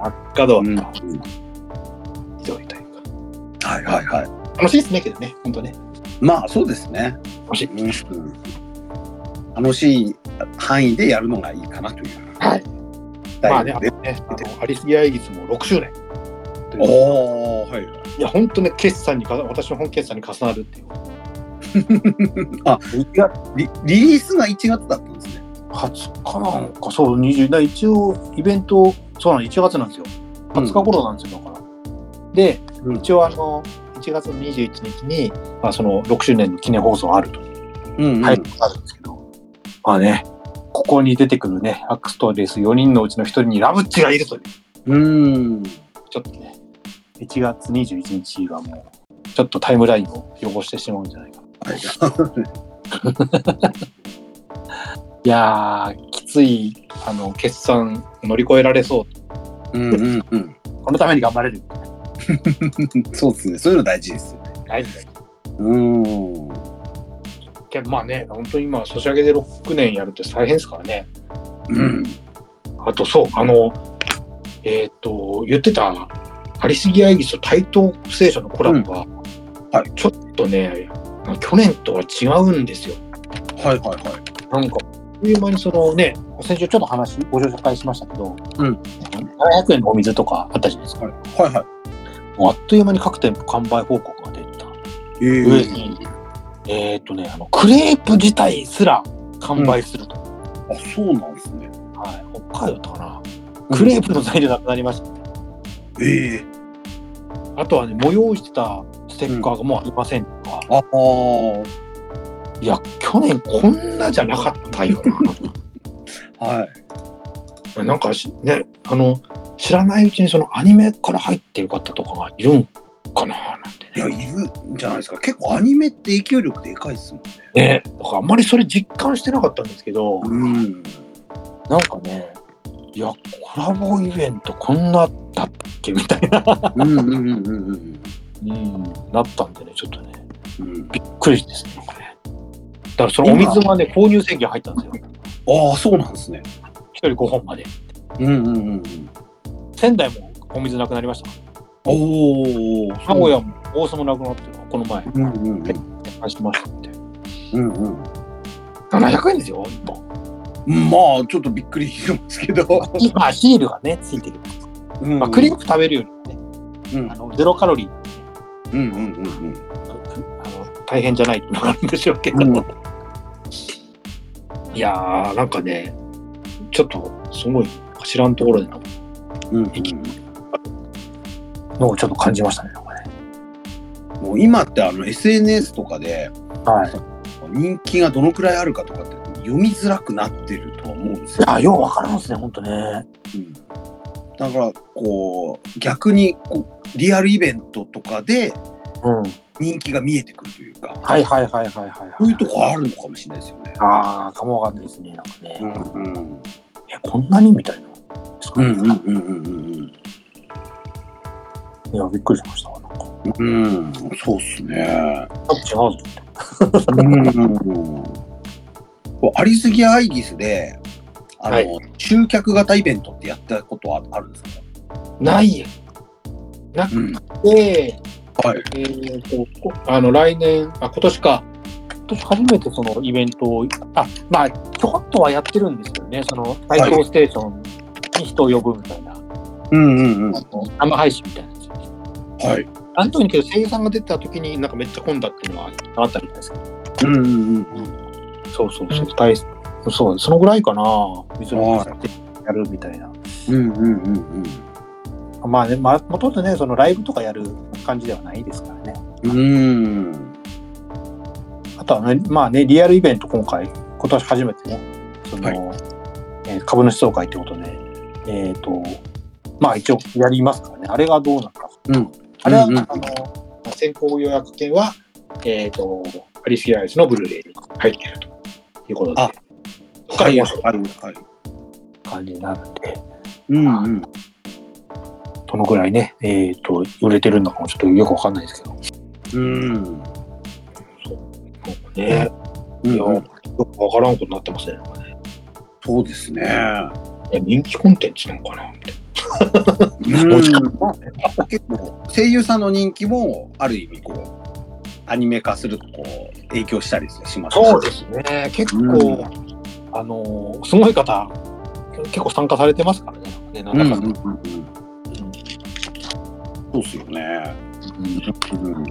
Speaker 2: 悪化度は
Speaker 1: うん
Speaker 2: ひどいというか。
Speaker 1: はいはいはい。
Speaker 2: 楽しいですね、けどね、本当ね。
Speaker 1: まあそうですね。
Speaker 2: 楽しい。
Speaker 1: うん楽しい範囲でやるのがいいかなという。
Speaker 2: はい。まあ
Speaker 1: 大
Speaker 2: ね、
Speaker 1: 丈夫
Speaker 2: あ
Speaker 1: で
Speaker 2: のね、あのアリスギアイギスも6周年。という
Speaker 1: おお、はい。
Speaker 2: いや、本当ね、決算にか、私の本決算に重なる っていう。
Speaker 1: あ、いやリリリースが1月だったんですね。
Speaker 2: 20日なんか、そう、20代、一応、イベント、そうなの、1月なんですよ。20日頃なんですよ、だから。で、
Speaker 1: うん
Speaker 2: 一応、あの、1月21日に、まあ、その6周年の記念放送あると。
Speaker 1: うん、うん。
Speaker 2: はい、あるんですけど、まあね、ここに出てくるね、アクストレース4人のうちの1人にラブッチがいるという、
Speaker 1: うーん。
Speaker 2: ちょっとね、1月21日はもう、ちょっとタイムラインを汚してしまうんじゃないかな。
Speaker 1: はい
Speaker 2: いやー、きつい、あの、決算乗り越えられそ
Speaker 1: う
Speaker 2: う。
Speaker 1: んうんうん。
Speaker 2: このために頑張れる。
Speaker 1: そうですね。そういうの大事ですよね。
Speaker 2: はい。
Speaker 1: うーん。
Speaker 2: けどまあね、本当に今、ソシャゲで6年やるって大変ですからね。
Speaker 1: うん。
Speaker 2: あと、そう、あの、えっ、と、言ってた、アリスギアイギスと対等聖書のコラボが、
Speaker 1: は
Speaker 2: ちょっとね、去年とは違うんですよ。
Speaker 1: はいはいはい。
Speaker 2: なんか、あっという間にそのね、先週ちょっと話、ご紹介しましたけど、
Speaker 1: うん
Speaker 2: 700円のお水とかあったじゃないですか。
Speaker 1: はいは
Speaker 2: もうあっという間に各店舗完売報告が出た。
Speaker 1: い。え
Speaker 2: 上に、えっ、とね、あの、クレープ自体すら完売すると。
Speaker 1: あ、そうなんですね。
Speaker 2: はい、北海道だったかな。クレープの材料なくなりました。
Speaker 1: ええ
Speaker 2: あとはね、模様してたステッカーがもうありませんとか、
Speaker 1: ああー。
Speaker 2: いや、去年こんなじゃなかったよ
Speaker 1: はい。
Speaker 2: な。なんかしね、あの、知らないうちにそのアニメから入ってる方とかがいるんかななんて
Speaker 1: いや、いるんじゃないですか。結構アニメって影響力でかいですもんね。
Speaker 2: ね。ねだからあんまりそれ実感してなかったんですけど、
Speaker 1: うん。
Speaker 2: なんかね、いや、コラボイベントこんなだっけみたいな、
Speaker 1: うんうんうんうんうん
Speaker 2: うん、なったんでね、ちょっとね、
Speaker 1: うん。
Speaker 2: びっくりですね、なんかね。だからそのお水がね、購入制限入ったんですよ。
Speaker 1: ああ、そうなんですね。
Speaker 2: 一人5本まで。
Speaker 1: うんうんうんうん。
Speaker 2: 仙台もお水なくなりました。
Speaker 1: おお。
Speaker 2: 名古屋も大相撲なくなってるのこの前
Speaker 1: うんうん
Speaker 2: 話しましたって
Speaker 1: うんうんうん。
Speaker 2: 700円ですよ1本
Speaker 1: まあちょっとびっくりしますけど、
Speaker 2: まあシールがねついてる、
Speaker 1: うん
Speaker 2: まあ、クリーム食べるよりもね
Speaker 1: うん
Speaker 2: あのゼロカロリー
Speaker 1: うんうんうんうん
Speaker 2: あの大変じゃないってのがあるんでしょうけど、
Speaker 1: うん
Speaker 2: いやー、なんかね、ちょっと、すごい、知らんところで、
Speaker 1: うんうん
Speaker 2: のをちょっと感じましたね、なんかね。
Speaker 1: もう今ってあの SNS とかで
Speaker 2: はい。
Speaker 1: 人気がどのくらいあるかとかって読みづらくなってるとは思うんです
Speaker 2: い
Speaker 1: よ。
Speaker 2: や、ようわからんですね、ほんとね。
Speaker 1: うんだからこう逆にこうリアルイベントとかで
Speaker 2: うん。
Speaker 1: 人気が見えてくるというか、
Speaker 2: はいはいはいはいはい、はい。
Speaker 1: そういうとこあるのかもしれないですよね。
Speaker 2: ああ、かもわかんないですね、なんかね。
Speaker 1: うん
Speaker 2: え、こんなにみたいな。ですか
Speaker 1: う
Speaker 2: ね
Speaker 1: んうんうんうん
Speaker 2: いや、びっくりしました。なんか、
Speaker 1: うんうん、そうっすね。
Speaker 2: あ違うぞ。
Speaker 1: うん、アリスギアアイギスであの、
Speaker 2: は
Speaker 1: 集客型イベントってやったことはあるんですか、
Speaker 2: ない
Speaker 3: なく
Speaker 1: うん、
Speaker 3: て、
Speaker 1: はい。
Speaker 3: えーとこあの来年あ今年か
Speaker 2: 今年初めてそのイベントを、あ、まあ、ちょこっとはやってるんですよね。その、
Speaker 1: い
Speaker 2: 対抗ステーションに人を呼ぶみたいな、
Speaker 1: うんうんうん。は
Speaker 3: あの
Speaker 2: 生配信みたいなやつ。
Speaker 1: い。
Speaker 3: あの時にけど声優さんが出た時になんかめっちゃ混んだっていうのはあったみたいですけど
Speaker 1: うんうんうん。
Speaker 2: そうそうそう。大そう、そのぐらいかな。水野さ
Speaker 1: は
Speaker 2: んでやるみたいな。
Speaker 1: うんうんうん
Speaker 2: まあね、まあ、もともとね、そのライブとかやる感じではないですからね。
Speaker 1: うん。うん。
Speaker 2: あとはね、まあね、リアルイベント今回、今年初めてね、その、えー株主総会ってことで、えっ、と、まあ一応やりますからね、あれがどうなるか。
Speaker 1: うん。
Speaker 3: あれは、
Speaker 1: うんうん
Speaker 3: あの先行予約券は、えー、とアリス・フィアイスのブルーレイに入っているということで
Speaker 1: あ
Speaker 3: 他にも
Speaker 1: はいはい。
Speaker 2: 感じになるんで、
Speaker 1: うんうん。
Speaker 2: どのぐらいね、えっ、と、売れてるのかもちょっとよくわかんないですけど。
Speaker 1: うん。
Speaker 2: ね、
Speaker 1: う
Speaker 3: いや
Speaker 1: ん
Speaker 3: よ。くわからんことになってますねなんかね
Speaker 1: そうですね。
Speaker 3: いや人気コンテンツなのかなみたい
Speaker 1: うん
Speaker 2: もしか
Speaker 1: 結構声優さんの人気もある意味こうアニメ化するとこう影響したりしま
Speaker 3: な
Speaker 1: すね
Speaker 3: そうですね結構、
Speaker 1: うん
Speaker 2: あのーすごい方、結構参加されてますからね。ねな
Speaker 1: うんんう
Speaker 2: だ
Speaker 1: んうん
Speaker 2: かん
Speaker 1: う
Speaker 2: だ
Speaker 1: ん。そうっすよね。うん。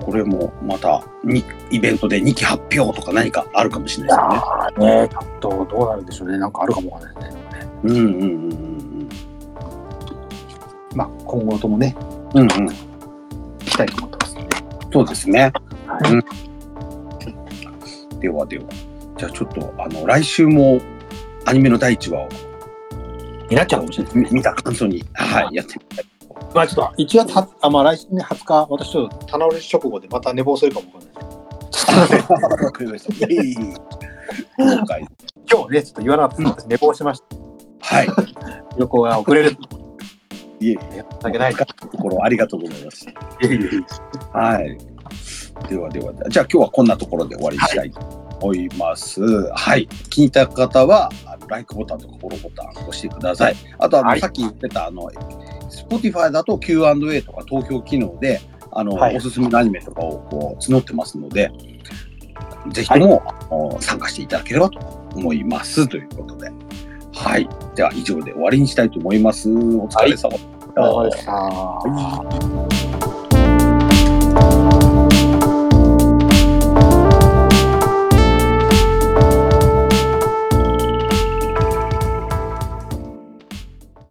Speaker 1: これもまたにイベントで2期発表とか何かあるかもしれ
Speaker 2: いや
Speaker 1: ないで
Speaker 2: ーね、ちょっとどうなるんでしょうね。なんかあるかもわかんないですね。
Speaker 1: すよね。うんうんうんうん
Speaker 2: まあ、今後ともね、
Speaker 1: うん。うんうん。
Speaker 2: 行きたいと思ってますね。
Speaker 1: そうですね。
Speaker 2: は
Speaker 1: ではでは。じゃあちょっと、あの、来週もアニメの第1話を
Speaker 2: になっちゃうかもしれない。
Speaker 1: み見た感想に、はい、やってみたい。
Speaker 2: まあちょっと、1月はあ、まあ来週ね、20日、私ちょっと
Speaker 3: 棚卸し直後でまた寝坊するかもわかんない。
Speaker 1: わかりました。いえい えいえ了解
Speaker 2: 今日ね、ちょっと言わなかったです、寝坊しました。
Speaker 1: はい。
Speaker 2: 旅行が遅れる。
Speaker 1: いえいえ、
Speaker 2: だけないか。
Speaker 1: ところありがとうございます。
Speaker 2: いえいえいえ
Speaker 1: はい。ではでは、じゃあ今日はこんなところで終わりにしたいと思います。はい。聞いた方は、あのライクボタンとかフォローボタン押してください。あとあの、
Speaker 2: はい
Speaker 1: さっき言ってた、あの、Spotify だと Q&A とか投票機能で、あの、
Speaker 2: はい
Speaker 1: おすすめのアニメとかをこう募ってますので、ぜひとも、あの参加していただければと思います。ということで。はい。では以上で終わりにしたいと思います。お疲れ様でした。
Speaker 2: お疲れ様でした。
Speaker 1: はい